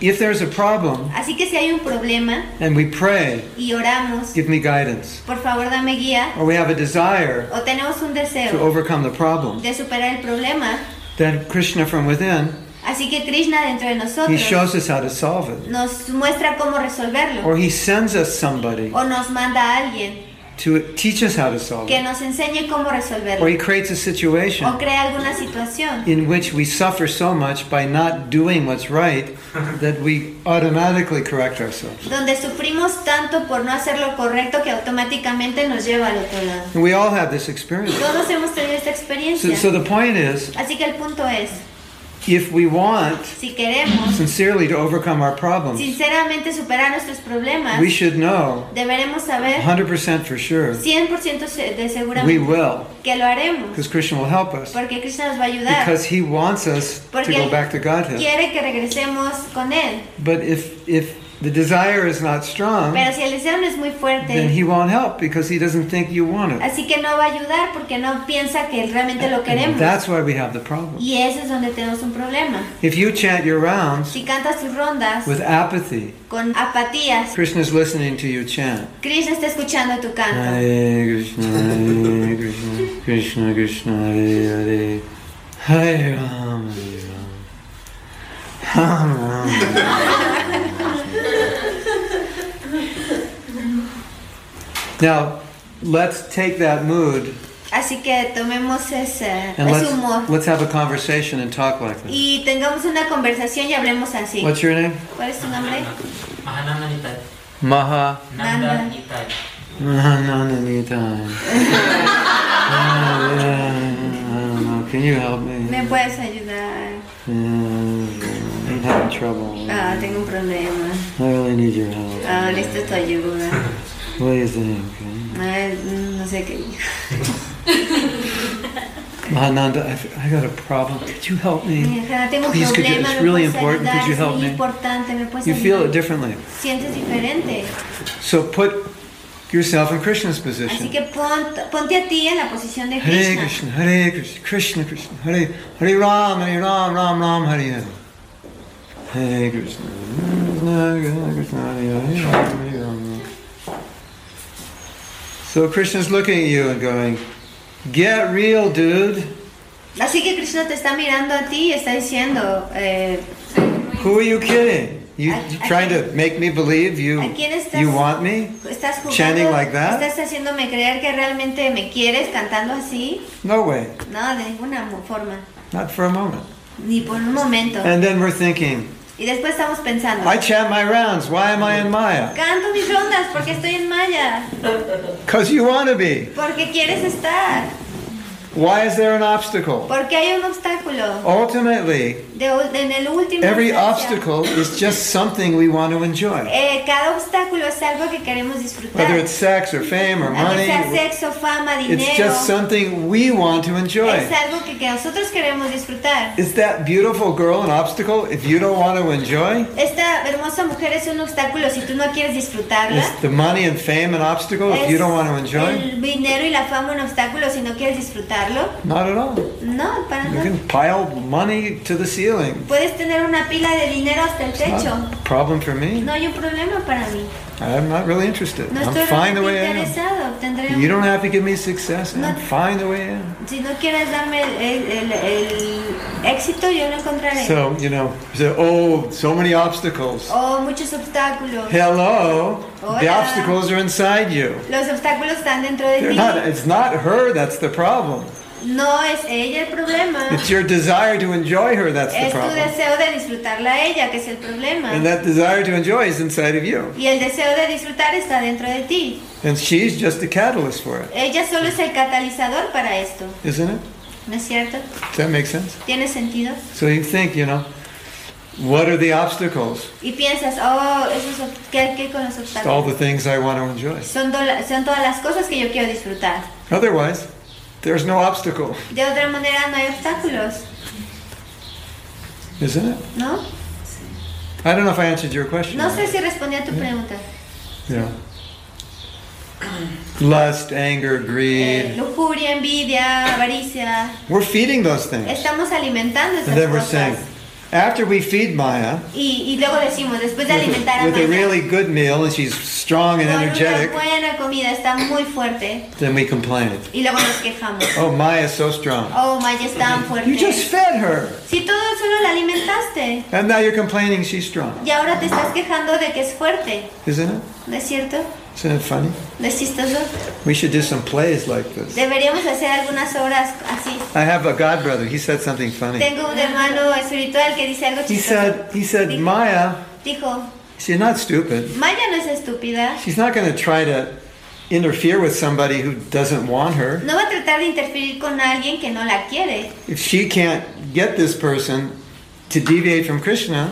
A: if there's a problem
B: Así que si hay un problema
A: and we pray,
B: y oramos,
A: give me guidance,
B: por favor dame guía,
A: or we have a desire
B: o tenemos un
A: to
B: deseo
A: overcome the problem,
B: de superar el problema,
A: then Krishna from within
B: así que Krishna dentro de
A: He
B: nosotros
A: shows us how to solve it.
B: nos muestra cómo resolverlo,
A: Or he sends us somebody
B: o nos manda a alguien
A: to teach us how to solve
B: que
A: it.
B: nos enseñe cómo
A: Or
B: resolverlo,
A: he creates a
B: o
A: situation
B: crea alguna situación
A: in which we suffer so much by not doing what's right that we automatically correct ourselves.
B: donde sufrimos tanto por no hacer lo correcto que automáticamente nos lleva al otro lado.
A: And we all have this experience.
B: Todos hemos tenido esta
A: So,
B: experiencia.
A: so the point is,
B: Así que el punto es,
A: if we want
B: si queremos
A: sincerely to overcome our problems,
B: sinceramente superar nuestros problemas,
A: we should know
B: deberemos saber
A: 100% for sure
B: 100% se- de
A: we
B: seguramente
A: will,
B: que lo haremos,
A: because Krishna will help us,
B: porque Krishna nos va a ayudar,
A: because he wants us to go back to Godhead.
B: quiere que regresemos con Él,
A: But if, if the desire is not strong,
B: pero si el deseo no es muy
A: then
B: fuerte,
A: he won't help because he doesn't think you want it.
B: así que no va a ayudar porque no piensa que realmente lo
A: And
B: queremos.
A: that's why we have the problem.
B: Y ese es donde tenemos un problema.
A: If you chant your rounds
B: Si cantas tus rondas
A: with apathy,
B: con apatías,
A: Krishna's listening to you chant.
B: Krishna está escuchando tu canto.
A: Hare Krishna, Hare Krishna, Krishna Krishna, Hare Hare, Hare Rama, Hare Rama, Rama Rama. Now, let's take that mood
B: Así que tomemos ese,
A: and
B: ese humor
A: let's, let's have a conversation and talk like that.
B: y tengamos una conversación y hablemos así.
A: What's your name?
B: ¿Cuál es tu nombre?
C: Mahananda Nitai.
A: Maha.
C: Nanda
B: Nanda.
C: Nitai.
A: Can you help me?
B: ¿Me puedes ayudar?
A: I'm having trouble.
B: Ah,
A: I
B: tengo un problema.
A: really need your help.
B: Ah, necesito tu ayuda.
A: What do you think?
B: Ah, mm, no sé qué dijo.
A: Mahananda, I, I got a problem. Could you help me?
B: Ajá, tengo un
A: Please, could you-
B: problema,
A: it's
B: me
A: really
B: puedes
A: important.
B: ayudar,
A: Could you
B: es
A: help
B: muy
A: me?
B: importante, me puedes
A: You feel it
B: ayudar.
A: differently.
B: Sientes diferente.
A: So put yourself in Krishna's
B: Así
A: position.
B: que pon- ponte a ti en la posición
A: Hare
B: de Krishna.
A: Pues Krishna, Hare Krishna, Krishna Krishna, Hare Hare Ram, Hare Ram, Ram Ram, Hare Hare. Hare Krishna, Krishna Krishna, Hare Hare, Ram, Hare Ram. So Krishna's looking at you and going, "Get real, dude.
B: Así que Krishna te está mirando a ti y está diciendo, eh,
A: Who are you kidding? You you trying to make me believe you
B: ¿a quién estás,
A: you want me?
B: estás jugando?
A: Chanting like that?
B: ¿Estás haciéndome creer que realmente me quieres cantando así?
A: No way,
B: No, de ninguna mo- forma,
A: not for a moment."
B: ni por un momento.
A: And then we're thinking,
B: Y después estamos pensando,
A: "I chant my rounds. Why am I in Maya?
B: canto mis rondas porque estoy en Maya,
A: Because you want to be.
B: porque quieres estar,
A: Why is there an obstacle?"
B: porque hay un obstáculo.
A: Ultimately,
B: De, ul- en el último.
A: every obstacle is just something we want to enjoy,
B: Eh, cada obstáculo es algo que queremos disfrutar.
A: whether it's sex or fame or money.
B: Aunque sea sexo, fama,
A: It's
B: dinero,
A: just something we want to enjoy.
B: es algo que, que nosotros queremos disfrutar.
A: Is that beautiful girl an obstacle if you don't want to
B: Uh-huh.
A: enjoy?
B: Esta hermosa mujer es un obstáculo si tú no quieres disfrutarla.
A: Is the money and fame an obstacle if
B: ¿Es
A: you don't want to enjoy?
B: el dinero y la fama un obstáculo si no quieres disfrutarlo?
A: Not at all.
B: No, para
A: You
B: nada.
A: can pile money to the ceiling.
B: Puedes tener una pila de dinero hasta el
A: Not
B: techo.
A: a problem for me.
B: No hay un problema para mí.
A: I'm not really interested.
B: No
A: I'm
B: estoy
A: fine the
B: realmente
A: way I am.
B: interesado. Tendré
A: You
B: un-
A: don't have to give me success. I'm
B: No.
A: fine the way I am.
B: Si no quieres darme el, el- el- el éxito, yo lo encontraré.
A: So, you know, so, oh, so many obstacles.
B: oh, muchos obstáculos.
A: Hello, the
B: Hola.
A: obstacles are inside you.
B: Los obstáculos están dentro de
A: They're
B: ti.
A: not, it's not her that's the problem.
B: No es ella el problema.
A: It's your desire to enjoy her that's the
B: Es tu
A: problem.
B: deseo de disfrutarla a ella que es el problema.
A: And that desire to enjoy is inside of you.
B: Y el deseo de disfrutar está dentro de ti.
A: And she's just a catalyst for it,
B: Ella solo es el catalizador para esto,
A: isn't it?
B: ¿no es cierto?
A: Does that make sense?
B: ¿Tiene sentido?
A: So you think, you know, what are the obstacles?
B: Y piensas, oh, esos ob- ¿qué, qué con los
A: It's all
B: obstáculos?
A: the things I want to enjoy.
B: Son, dola- son todas las cosas que yo quiero disfrutar.
A: Otherwise, there's no obstacle,
B: De otra manera no hay obstáculos,
A: isn't it?
B: ¿no?
A: I don't know if I answered your question.
B: No sé si respondí a tu pregunta.
A: Yeah. Lust, anger,
B: Eh,
A: greed.
B: lujuria, envidia, avaricia.
A: We're feeding those things.
B: Estamos alimentando
A: And then
B: esas
A: we're saying,
B: cosas.
A: after we feed Maya
B: Y, y luego decimos, después de
A: with
B: alimentar
A: a,
B: a
A: with a
B: Maya,
A: really good meal and she's strong and
B: con una
A: energetic,
B: buena comida está muy fuerte
A: then we complain.
B: y luego nos quejamos.
A: Oh, Maya's so strong.
B: Oh, Maya es tan
A: You just
B: fuerte.
A: fed her.
B: Si todo solo la alimentaste
A: And now you're complaining she's strong.
B: y ahora te estás quejando de que es fuerte,
A: Isn't it?
B: ¿no es cierto?
A: Isn't it funny?
B: ¿No es chistoso?
A: We should do some plays like this.
B: Deberíamos hacer algunas obras así.
A: I have a god brother. He said something funny.
B: Tengo un hermano espiritual que dice algo
A: He
B: chistoso.
A: said, he said, Maya,
B: Dijo,
A: she's not stupid.
B: Maya no es estúpida,
A: She's not going to try to interfere with somebody who doesn't want her.
B: no va a tratar de interferir con alguien que no la quiere.
A: If she can't get this person to deviate from Krishna,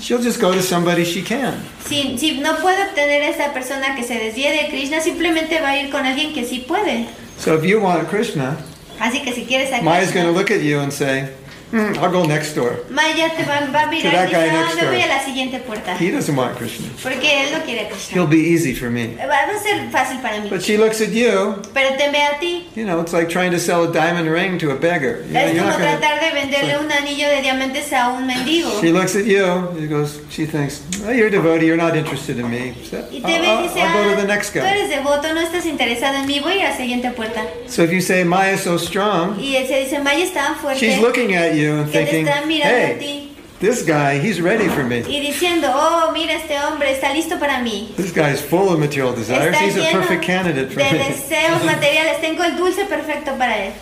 A: she'll just go to somebody she can.
B: Si, si no puede obtener a esa persona que se desvíe de Krishna, simplemente va a ir con alguien que sí puede.
A: So if you want Krishna,
B: Así que si quieres a
A: Maya's
B: Krishna,
A: going to look at you and say, "Hmm, I'll go next door.
B: Maya te va, va a
A: To
B: mirar
A: that
B: y
A: guy
B: dice,
A: next
B: "Ah, me voy a
A: door".
B: la siguiente puerta.
A: He doesn't want Krishna.
B: Porque él no quiere a Krishna.
A: He'll be easy for me.
B: Va va a ser fácil para mí.
A: But she looks at you,
B: Pero te ve a ti.
A: you know, it's like trying to sell a diamond ring to a beggar. You know,
B: es
A: you're
B: como
A: not gonna-
B: tratar de venderle un anillo de diamantes a un mendigo.
A: she looks at you, she goes, she thinks, oh, you're a devotee, you're not interested in me. So
B: Y
A: I'll,
B: te ve y
A: I'll-
B: dice,
A: uh, I'll go to the
B: ah,
A: next
B: tú
A: guy.
B: eres devoto, no estás interesado en mí, voy a ir a la siguiente puerta.
A: So if you say Maya's so strong,
B: Y él se dice, Maya es tan
A: she's
B: fuerte
A: looking at you and
B: que te
A: thinking,
B: está mirando a
A: hey,
B: ti
A: this guy, he's ready for me.
B: y diciendo, oh, mira, este hombre está listo para mí.
A: This guy's full of material desires.
B: Está
A: He's a
B: lleno
A: perfect candidate for
B: de
A: me.
B: deseos materiales, tengo el dulce perfecto para él.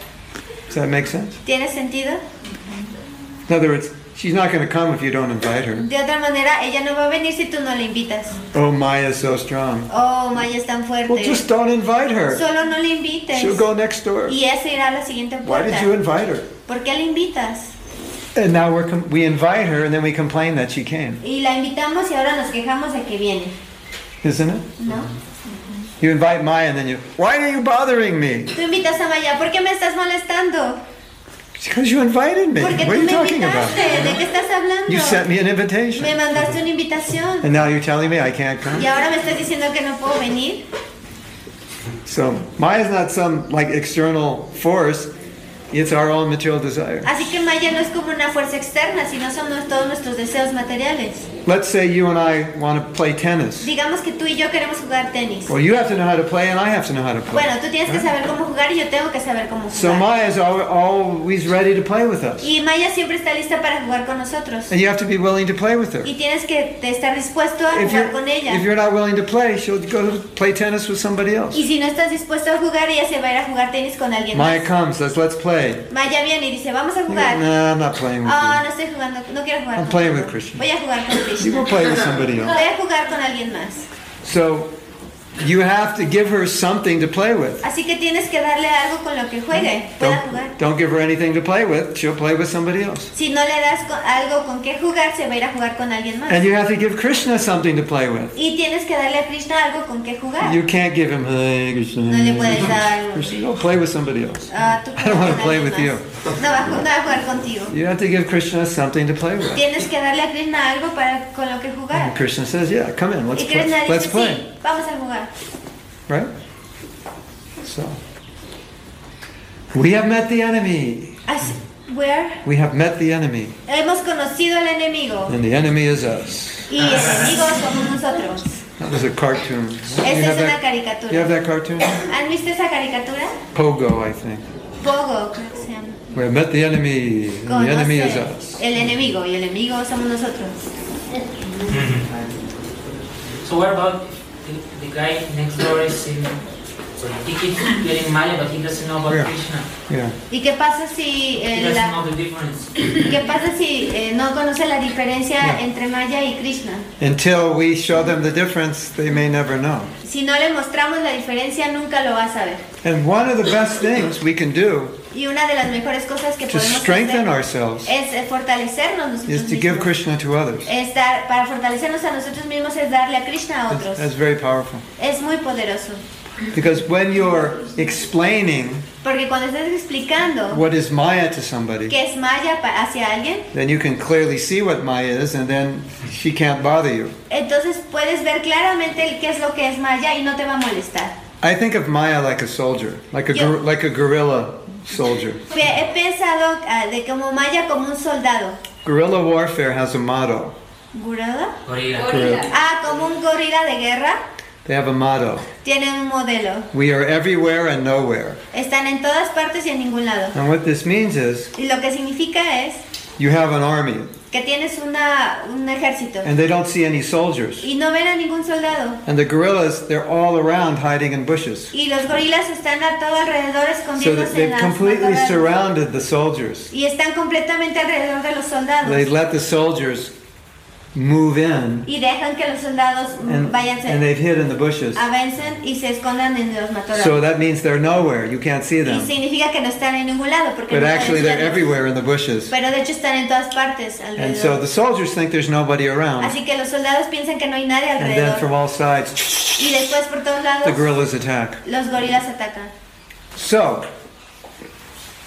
A: Does that make sense?
B: ¿Tiene sentido?
A: In other words, she's not going to come if you don't invite her.
B: De otra manera, ella no va a venir si tú no la invitas.
A: Oh, Maya's so strong.
B: Oh, Maya es tan fuerte.
A: Well, just don't invite her.
B: Solo no le invites.
A: She'll go next door.
B: Y esa irá a la siguiente
A: Why
B: puerta.
A: did you invite her?
B: ¿Por qué la invitas?
A: And now we're com- we invite her and then we complain that she came,
B: Y la invitamos y ahora nos quejamos de que viene,
A: isn't it?
B: ¿no?
A: You invite Maya and then you, why are you bothering me?
B: Tú invitas a Maya, ¿por qué me estás molestando?
A: Because you invited me.
B: Porque
A: What
B: tú
A: are
B: me
A: you talking
B: invitaste.
A: about?
B: ¿De qué estás
A: You sent
B: hablando?
A: me an
B: Me
A: invitation.
B: mandaste una invitación.
A: And now you're telling me I can't come?
B: Y ahora me estás diciendo que no puedo venir.
A: So Maya's not some like external force. It's our own material desire.
B: Así que Maya no es como una fuerza externa, sino son nos- todos nuestros deseos materiales.
A: Let's say you and I want to play tennis.
B: Digamos que tú y yo queremos jugar tenis.
A: Well, you have to know how to play and I have to know how to play.
B: Bueno, tú tienes que saber cómo jugar y yo tengo que saber cómo
A: So
B: jugar.
A: Maya's al- always ready to play with us.
B: Y Maya siempre está lista para jugar con nosotros.
A: And you have to be willing to play with her.
B: Y tienes que te- estar dispuesto a
A: If
B: jugar
A: you're,
B: con
A: if
B: ella.
A: you're not willing to play, she'll go play tennis with somebody else.
B: Y si no estás dispuesto a jugar, ella se va a ir a jugar tenis con alguien más.
A: Maya comes, says, let's play.
B: Maya viene y dice, vamos a
A: You go,
B: jugar.
A: nah, I'm not playing with
B: Ah,
A: you.
B: no estoy jugando, no quiero jugar
A: I'm
B: con
A: playing with Krishna.
B: Voy a jugar con
A: You go
B: Krishna.
A: play with somebody
B: Voy
A: else.
B: a jugar con alguien más.
A: So you have to give her something to play with.
B: Así que tienes que darle algo con lo que juegue,
A: Mm,
B: pueda jugar.
A: Don't, don't give her anything to play with. She'll play with somebody else.
B: Si no le das co- algo con qué jugar, se va a ir a jugar con alguien más.
A: And you have to give Krishna something to play with.
B: Y tienes que darle a Krishna algo con qué jugar.
A: You can't give him, hey, Krishna.
B: No le puedes dar-
A: Krishna, go play with somebody else.
B: Ah, tú
A: I don't wanna
B: juegas con
A: play
B: alguien
A: with you.
B: más. No va, a ju- no va a jugar contigo.
A: You have to give Krishna something to play with.
B: Tienes que darle a Krishna algo para, con lo que
A: And
B: jugar.
A: Krishna says, yeah, come in, let's
B: Y
A: play.
B: Krishna
A: Let's
B: dice,
A: play.
B: sí, vamos a jugar.
A: Right? So, we have met the enemy.
B: Así, where?
A: We have met the enemy.
B: Hemos conocido al enemigo
A: And the enemy is us.
B: y el enemigo somos nosotros.
A: That was a cartoon. You
B: Esta
A: have
B: es una
A: that, you have
B: caricatura.
A: that cartoon?
B: ¿Han visto esa caricatura?
A: Pogo, I think.
B: Pogo, creo que se llama.
A: We have met the enemy. And the enemy is
B: Conoce
A: us.
B: el enemigo y el enemigo somos nosotros.
C: So what about the, the guy next door is in, so he keeps getting Maya, but he doesn't know about
A: Yeah.
C: Krishna.
A: Yeah.
B: ¿Y qué pasa si
C: He
B: eh,
C: doesn't
B: la-
C: know the difference.
B: qué pasa si eh, no conoce la diferencia
A: Yeah.
B: entre Maya y Krishna?
A: Until we show them the difference, they may never know.
B: Si no le mostramos la diferencia nunca lo va a saber.
A: And one of the best things we can do
B: Y una de las mejores cosas que
A: to
B: podemos
A: strengthen
B: hacer
A: ourselves
B: es eh, fortalecernos nosotros
A: is to give
B: mismos.
A: Krishna to others.
B: Es dar- para fortalecernos a nosotros mismos es darle a Krishna a otros.
A: That's very powerful.
B: Es muy poderoso.
A: Because when you're explaining
B: Porque cuando estás explicando
A: what is Maya to somebody,
B: qué es Maya pa- hacia alguien,
A: then you can clearly see what Maya is, and then she can't bother you.
B: entonces puedes ver claramente el- qué es lo que es Maya y no te va a molestar.
A: I think of Maya like a soldier, like a gor- like a guerrilla soldier.
B: Pe- He pensado ah, de como Maya como un soldado.
A: Guerrilla warfare has a motto.
B: ¿Gurada?
C: Gorila.
A: Gorilla.
B: Ah, como un gorila de guerra.
A: They have a motto.
B: Tiene un modelo.
A: We are everywhere and nowhere.
B: Están en todas partes y en ningún lado.
A: And what this means is
B: Y lo que significa es
A: you have an army,
B: que tienes una, un ejército
A: and they don't see any soldiers.
B: y no ven a ningún soldado.
A: And the guerrillas, they're all around hiding in bushes.
B: Y los gorilas están a todo
A: So
B: alrededor
A: that
B: escondiéndose en
A: they've
B: las
A: completely
B: matorrales.
A: surrounded the soldiers.
B: y están completamente alrededor de los
A: They
B: soldados
A: let the soldiers move in
B: y dejan que los soldados mm,
A: and,
B: vayan se
A: and they've hid in the bushes.
B: avancen y se escondan en los matorrales.
A: So that means they're nowhere. You can't see
B: y
A: them.
B: significa que no están en ningún lado porque
A: But
B: no están
A: actually,
B: en
A: they're
B: ciudades.
A: everywhere in the bushes.
B: Pero de hecho están en todas partes
A: And so
B: alrededor.
A: the soldiers think there's nobody around.
B: Así que los soldados piensan que no hay nadie
A: And then
B: alrededor
A: from all sides,
B: y después por todos lados
A: the guerrillas attack.
B: los gorilas atacan.
A: So,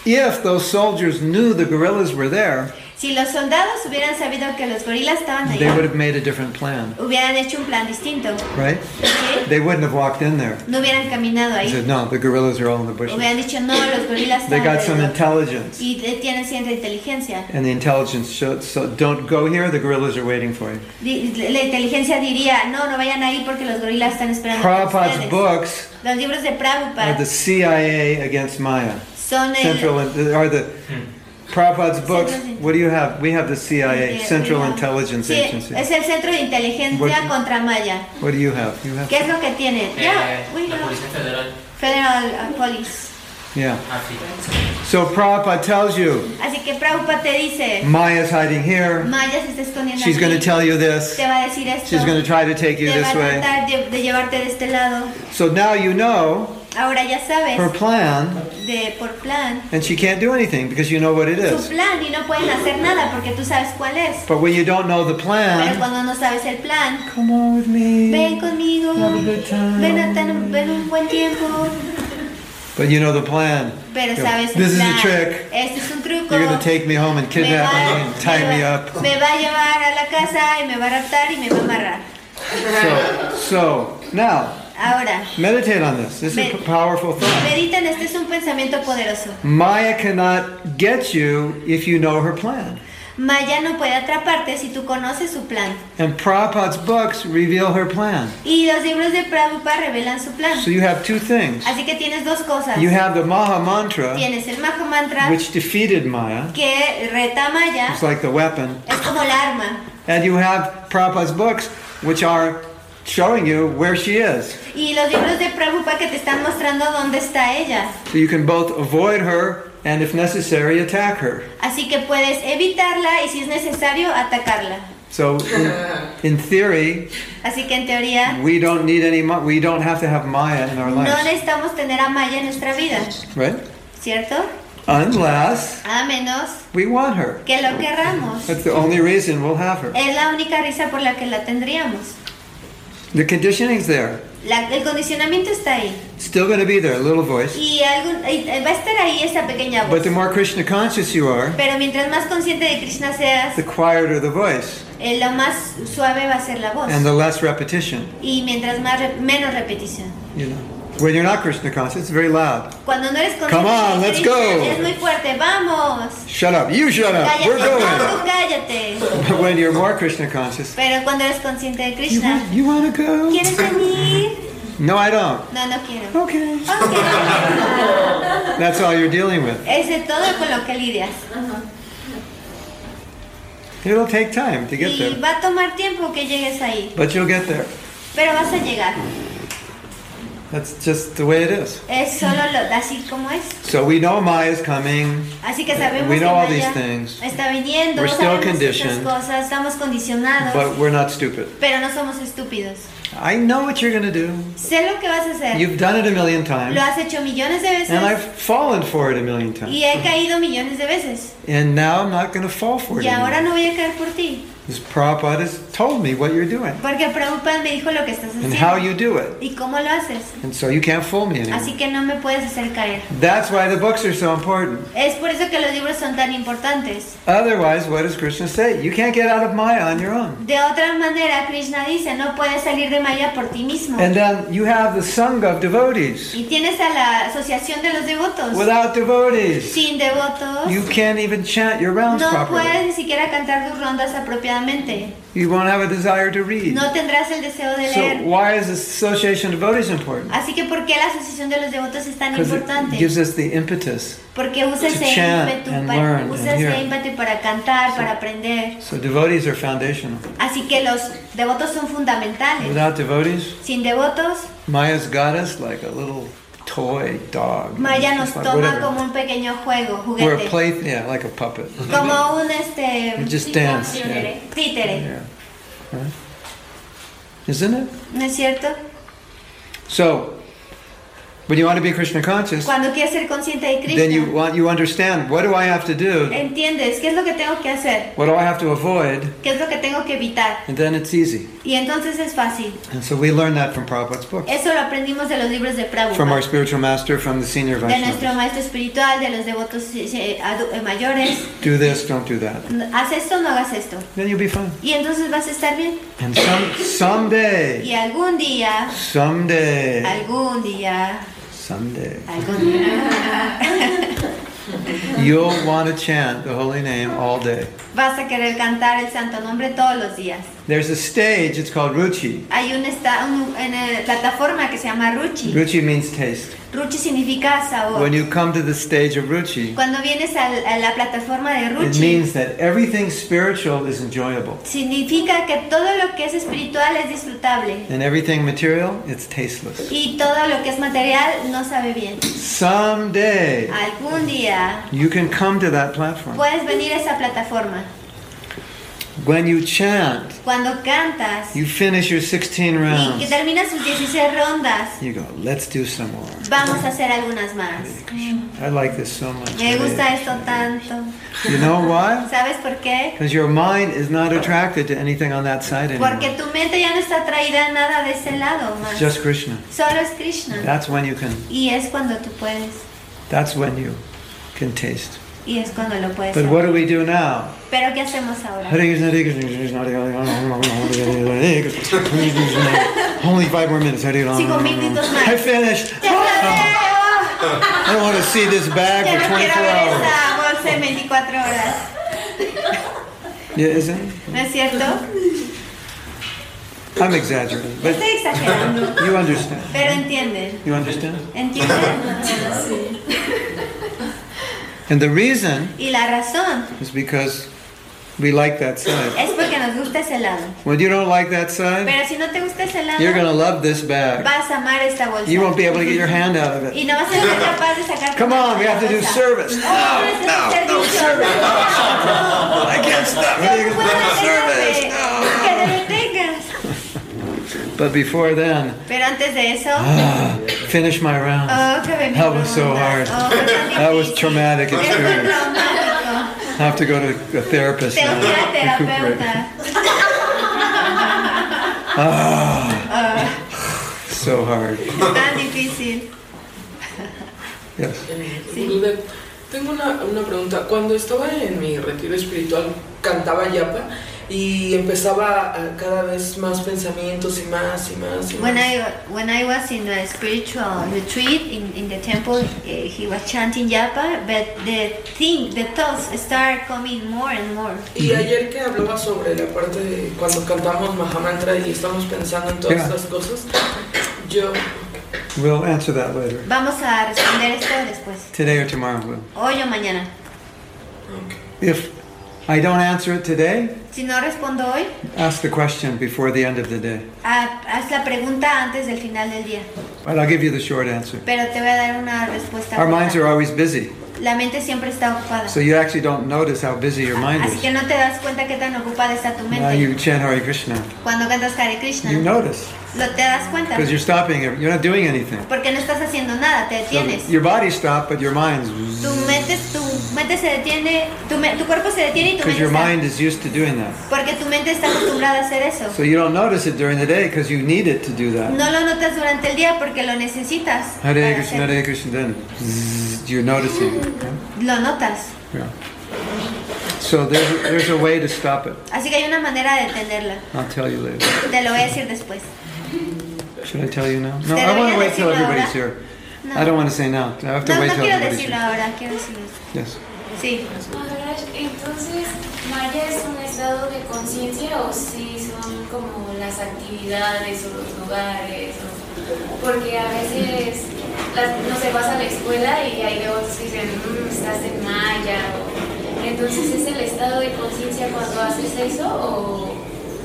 A: if those soldiers knew the guerrillas were there,
B: Si los soldados hubieran sabido que los gorilas estaban ahí,
A: they would have made a different plan,
B: hubieran hecho un plan distinto.
A: right?
B: ¿sí?
A: They wouldn't have walked in there.
B: No hubieran caminado
A: They
B: ahí.
A: said, no, the guerrillas are all in the bushes.
B: Hubieran dicho, no, los gorilas
A: They
B: están
A: got some
B: alrededor.
A: intelligence.
B: y te- tienen cierta inteligencia.
A: And the intelligence showed, so don't go here, the guerrillas are waiting for you.
B: Di- La inteligencia diría, no, no vayan ahí porque los gorilas están esperando. por
A: Prabhupada's
B: ustedes".
A: books
B: Los libros de
A: are
B: Prabhupada
A: the CIA against Maya.
B: son el-
A: Central, in- are the, Prabhupada's books, what do you have? We have the CIA,
B: el-
A: Central Intelligence
B: Sí,
A: Agency.
B: es el centro de inteligencia
A: What-
B: contra Maya.
A: What do you have? You have,
B: ¿Qué es lo que tienen?
C: Eh,
B: Ya, we
C: la
B: know.
C: Policía Federal.
B: Federal uh, Police.
A: yeah.
C: Ah, sí.
A: So Prabhupada tells you,
B: Así que Prabhupada te dice,
A: Maya's hiding here.
B: Maya se está escondiendo
A: Mm. She's going to
B: aquí.
A: tell you this.
B: Te va a decir esto.
A: She's going to try to take you
B: Te va a
A: this way.
B: tratar de, de llevarte de este lado.
A: So now you know
B: Ahora ya sabes
A: her plan,
B: de por plan.
A: and she can't do anything because you know what it
B: Su
A: is.
B: plan y no pueden hacer nada porque tú sabes cuál es.
A: But when you don't know the
B: Pero
A: plan,
B: cuando no sabes el plan,
A: come on with me.
B: ven conmigo,
A: Have a good time.
B: ven a tan- ven un buen tiempo.
A: But you know the plan.
B: Pero
A: You know,
B: sabes el
A: this is a
B: plan.
A: trick.
B: Este es un truco.
A: You're going to take me home and
B: me,
A: kidnap me
B: va,
A: and tie me
B: me, va-
A: up.
B: me va a llevar a la casa y me va a raptar y me va a amarrar.
A: So, so now
B: Ahora,
A: meditate on this. This is a
B: Med-
A: powerful thought.
B: meditan, este es un pensamiento poderoso.
A: Maya cannot get you if you know her plan.
B: Maya no puede atraparte si tú conoces su plan.
A: And Prabhupada's books reveal her plan.
B: Y los libros de Prabhupada revelan su plan.
A: So you have two things.
B: Así que tienes dos cosas.
A: You have the Maha Mantra,
B: Tienes el Maha Mantra
A: which defeated Maya.
B: que reta a Maya,
A: It's like the weapon.
B: es como el arma.
A: And you have Prabhupada's books, which are showing you where she is.
B: Y los libros de Prabhupada que te están mostrando dónde está ella.
A: So you can both avoid her and, if necessary, attack her.
B: Así que puedes evitarla y si es necesario atacarla.
A: So, in, in theory,
B: Así que en teoría
A: we don't need any. Ma- we don't have to have Maya in our
B: no
A: lives,
B: necesitamos tener a Maya en nuestra vida,
A: right?
B: ¿cierto?
A: Unless
B: A menos
A: we want her.
B: que lo querramos.
A: That's the only reason we'll have her.
B: Es la única risa por la que la tendríamos.
A: The conditioning's there.
B: La- el condicionamiento está ahí.
A: Still going to be there, a little voice.
B: Y, algún- y- eh, va a estar ahí esa pequeña voz.
A: But the more Krishna conscious you are,
B: Pero mientras más consciente de Krishna seas,
A: the quieter the voice
B: eh, lo más suave va a ser la voz.
A: and the less repetition.
B: Y mientras más re- menos repetición.
A: You know, when you're not Krishna conscious, it's very loud.
B: Cuando no eres
A: Come on,
B: consciente de
A: let's
B: Krishna,
A: go.
B: es muy fuerte. ¡Vamos!
A: Shut up! You shut up!
B: Cállate,
A: We're
B: no,
A: going.
B: tú cállate.
A: But when you're more Krishna conscious,
B: Pero cuando eres consciente de
A: you
B: Krishna,
A: want, you want to go?
B: ¿quieres venir?
A: No, I don't.
B: No, no quiero.
A: Okay.
B: Ok.
A: That's all you're dealing with.
B: Es de todo con lo que lidias.
A: It'll take time to get
B: Y
A: there,
B: va a tomar tiempo que llegues ahí.
A: but you'll get there.
B: Pero vas a llegar.
A: That's just the way it is.
B: Es solo lo, así como es.
A: So we know Maya's coming.
B: Así que sabemos
A: We know all
B: que
A: these
B: Maya
A: things.
B: está viniendo,
A: We're still
B: sabemos esas
A: conditioned.
B: cosas, estamos condicionados,
A: But we're not stupid.
B: pero no somos estúpidos.
A: I know what you're gonna do.
B: Sé lo que vas a hacer.
A: You've done it a million
B: lo
A: times,
B: has hecho millones de veces
A: and I've fallen for it a million times.
B: y he caído millones de veces.
A: And now I'm not gonna fall for it.
B: Y ahora
A: anymore.
B: no voy a caer por ti,
A: This Prabhupada has told me what you're doing
B: porque Prabhupada me dijo lo que estás
A: and how
B: haciendo
A: you do it,
B: y cómo lo haces.
A: and so you can't fool me anymore.
B: Así que no me puedes hacer caer.
A: That's why the books are so important.
B: Es por eso que los libros son tan importantes.
A: Otherwise, what does Krishna say? You can't get out of Maya on your own.
B: De otra manera, Krishna dice, no puedes salir de Maya por ti mismo.
A: And then you have the Sangha of devotees.
B: Y tienes a la Asociación de los Devotos.
A: Without devotees,
B: Sin devotos.
A: you can't even chant your rounds
B: No puedes
A: properly.
B: ni siquiera cantar tus rondas apropiadamente.
A: You won't have a desire to read.
B: No tendrás el deseo de
A: So
B: leer.
A: why is the association of devotees important?
B: Así que ¿por qué la asociación de los devotos es tan
A: Because
B: importante?
A: it gives us the impetus.
B: Porque
A: to
B: usa ese
A: chant
B: ímpetu
A: and
B: para,
A: learn
B: usa
A: and
B: ese
A: hear.
B: ímpetu para cantar, para aprender.
A: So devotees are foundational.
B: Así que los devotos son fundamentales.
A: Without devotees,
B: Sin devotos,
A: Maya's got us like a little toy dog.
B: Maya
A: It's
B: nos
A: just like
B: toma
A: whatever.
B: como un pequeño juego,
A: We're a
B: juguete.
A: play, yeah, like a puppet.
B: Como un este
A: We just dance. Yeah.
B: títere,
A: yeah. Right? Isn't it?
B: ¿no es cierto?
A: So, when you want to be Krishna conscious,
B: Cuando quieres ser consciente de
A: Pues, then you
B: Krishna, Eh.
A: want you understand what do I have to do?
B: entiendes qué es lo que tengo que hacer,
A: What do I have to avoid?
B: qué es lo que tengo que evitar.
A: And then it's easy.
B: Y entonces es fácil.
A: And so we learn that from Prabhupada's book,
B: Eso lo aprendimos de los libros de
A: from our
B: Prabhupada,
A: spiritual master, from the senior
B: de nuestro
A: Vaishnava.
B: maestro espiritual, de los devotos eh, adu- eh, mayores.
A: Do this, don't do that.
B: Haz esto, no hagas esto.
A: Then you'll be fine.
B: Y entonces vas a estar bien.
A: And some someday,
B: Y algún día,
A: someday,
B: algún día,
A: someday,
B: algún día,
A: you'll want to chant the holy name all day.
B: vas a querer cantar el santo nombre todos los días.
A: There's a stage. It's called ruchi.
B: Hay un esta, un- en, eh, plataforma que se llama Ruchi.
A: Ruchi means taste.
B: Ruchi significa sabor.
A: When you come to the stage of ruchi,
B: Cuando vienes al- a la plataforma de
A: it
B: Ruchi,
A: means that everything spiritual is enjoyable.
B: significa que todo lo que es espiritual es disfrutable.
A: And everything material, it's tasteless.
B: Y todo lo que es material no sabe bien.
A: Someday,
B: Algún día
A: you can come to that platform.
B: puedes venir a esa plataforma.
A: When you chant,
B: Cuando cantas
A: you finish your 16
B: y que
A: rounds.
B: terminas sus 16 rondas,
A: You go, let's do some more.
B: vamos a hacer algunas más.
A: I like this so much.
B: Me gusta esto tanto.
A: You know why?
B: ¿Sabes por qué?
A: Because your mind is not attracted to anything on that side
B: Porque
A: anymore.
B: tu mente ya no está atraída a nada de ese lado más.
A: It's just Krishna.
B: Solo es Krishna.
A: That's when you can.
B: Y es cuando tú puedes.
A: That's when you can taste.
B: Y es cuando lo puedes.
A: But
B: saber.
A: what do we do now?
B: Pero ¿qué hacemos ahora?
A: Hare Krishna, Hare Krishna, Krishna Krishna, Hare Krishna, Hare Krishna. Only five more minutes. Hare Krishna.
B: Cinco minutos más.
A: I finished.
B: ¡Ya acabé!
A: I don't want to see this bag
B: Ya
A: for
B: no
A: 24
B: quiero ver
A: hours.
B: esa bolsa en 24 horas.
A: Yeah, isn't it?
B: ¿No es cierto?
A: I'm exaggerating, but
B: Estoy exagerando.
A: you understand.
B: Pero entienden.
A: You understand?
B: ¿Entienden?
A: And the reason
B: Y la razón
A: is because we like that side.
B: es porque nos gusta ese lado.
A: When you don't like that side,
B: Pero si no te gusta ese
A: you're going
B: lado,
A: to love this bag.
B: vas a amar esta bolsa.
A: You won't be able to get your hand out of it.
B: Y no vas a ser capaz de sacar. tu
A: Come on,
B: mano de
A: we
B: la
A: have to do
B: bolsa.
A: service.
B: Tienes que
A: No,
B: hacer
A: no, no
B: mucho.
A: service. Oh, I can't stop.
B: Ya no puedo detenerte.
A: Service.
B: Que te detengas.
A: But before then,
B: Pero antes de eso,
A: ah, finish my round.
B: oh, que me
A: That was so hard.
B: preguntas. Oh, fue tan
A: That was
B: difícil.
A: traumatic
B: Eso fue
A: experience.
B: traumático.
A: I have to go to a therapist
B: Te
A: now.
B: voy a
A: Recuperate.
B: terapeuta.
A: Ah, So hard.
B: Oh, Tan difícil.
A: Yes.
D: Gurudev, Tengo una, una pregunta. Cuando estaba en mi retiro espiritual, cantaba yapa y empezaba a- cada vez más pensamientos y más y más y más.
B: When I when I was in a spiritual retreat in, in the temple, eh, he was chanting japa, but the thing, the thoughts start coming more and more.
D: Y ayer que hablaba sobre la parte de cuando cantamos Mahamantra y estamos pensando en todas
A: Yeah.
D: estas cosas, yo
A: We'll answer that later.
B: Vamos a responder esto después.
A: Today or tomorrow, we'll.
B: Hoy o mañana.
A: If I don't answer it today,
B: Si no respondo hoy,
A: ask the question before the end of the day.
B: ah, haz la pregunta antes del final del día.
A: But I'll give you the short answer.
B: Pero te voy a dar una respuesta.
A: Our minds
B: corta.
A: are always busy,
B: La mente siempre está ocupada.
A: so you actually don't notice how busy your mind
B: Así
A: is.
B: que no te das cuenta qué tan ocupada está tu
A: Now
B: mente.
A: you chant Hare Krishna,
B: Cuando cantas Hare Krishna,
A: you pues notice
B: lo te das cuenta.
A: because you're stopping. it. You're not doing anything.
B: Porque no estás haciendo nada, te
A: So
B: detienes.
A: your body stopped, but your mind's
B: Tu mente, tu mente se detiene, tu, me- tu cuerpo se detiene y tu
A: because
B: mente
A: your
B: está,
A: mind is used to doing that.
B: porque tu mente está acostumbrada a hacer eso.
A: So you don't notice it during the day because you need it to do that.
B: No lo notas durante el día porque lo necesitas.
A: Hare
B: para
A: Krishna,
B: hacer- Mm.
A: Hare Krishna, then zzz, you're noticing. it, yeah?
B: Lo notas.
A: Yeah. So there's, there's a way to stop it.
B: Así que hay una manera de detenerla.
A: I'll tell you later.
B: Te lo voy a decir después.
A: Should I tell you now? No,
B: Te
A: I want
B: debería
A: to wait till
B: decirlo
A: everybody's
B: ahora.
A: here.
B: No,
A: I don't want to say now. I have to
B: no,
A: wait
B: no
A: till
B: quiero
A: everybody's
B: decirlo
A: here.
B: ahora, quiero decirlo. después.
A: Yes.
B: Sí.
E: Maharaj, entonces, Maya es un estado de conciencia o sí son como las actividades o los lugares, o- porque a veces, las- no sé, vas a la escuela y hay otros que dicen, "Mm, estás en Maya, o- entonces es el estado de conciencia cuando haces eso o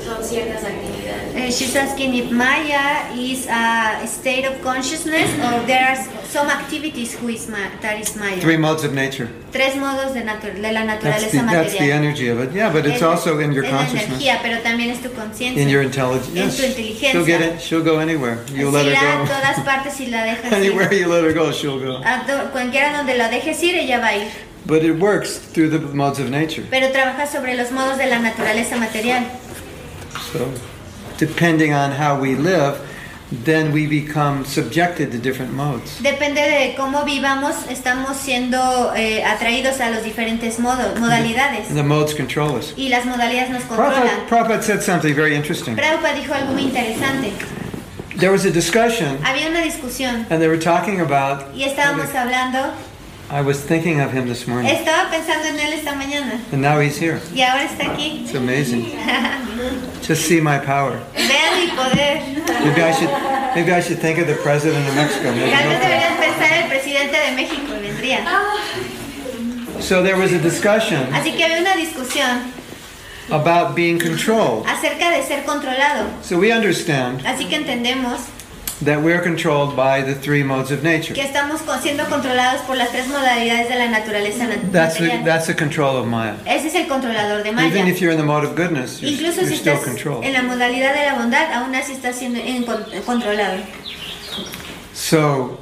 E: son ciertas actividades.
B: Eh, she's asking if Maya is a state of consciousness or there are some activities who is ma that is Maya.
A: Three modes of nature.
B: Tres modos de, natu- de la naturaleza
A: That's the,
B: material.
A: that's the energy of it. Yeah, but it's
B: Es-
A: also in your
B: es la
A: consciousness,
B: energía, pero también es tu
A: in your
B: conciencia.
A: intelligence.
B: en
A: Yes.
B: tu
A: She'll get
B: inteligencia.
A: it. She'll go anywhere. You let
B: Si irá a
A: her
B: todas partes y la dejas
A: go. Anywhere
B: ir.
A: you let her go, she'll go.
B: A do- cualquiera donde la dejes ir, ella va a ir.
A: But it works through the modes of nature.
B: Pero trabaja sobre los modos de la naturaleza material.
A: So, depending on how we live, then we become subjected to different modes.
B: Depende de cómo vivamos, estamos siendo eh, atraídos a los diferentes modos, modalidades.
A: And the modes control us.
B: Y las modalidades nos
A: Prabhupada,
B: controlan.
A: Prabhupada said something very interesting.
B: Prabhupada dijo algo muy interesante.
A: There was a discussion,
B: Había una discusión
A: and they were talking about.
B: y estábamos hablando.
A: I was thinking of him this morning,
B: Estaba pensando en él esta mañana
A: and now he's here.
B: y ahora está aquí.
A: It's amazing. Just see my power.
B: Vean mi poder.
A: Maybe I should. Maybe I should think of the president of Mexico. Maybe
B: Tal
A: he'll
B: vez deberían pensar el presidente de México y vendría.
A: come. So there was a discussion
B: Así que había una discusión
A: about being controlled.
B: acerca de ser controlado.
A: So we understand
B: Así que entendemos
A: that we are controlled by the three modes of nature.
B: que estamos con- siendo controlados por las tres modalidades de la naturaleza nat-
A: That's the,
B: material.
A: that's the control of Maya.
B: Ese es el controlador de Maya.
A: Even if you're in the mode of goodness, you're,
B: Incluso
A: you're
B: si
A: still
B: estás
A: controlled.
B: en la modalidad de la bondad, aún así estás siendo en- con- controlado.
A: So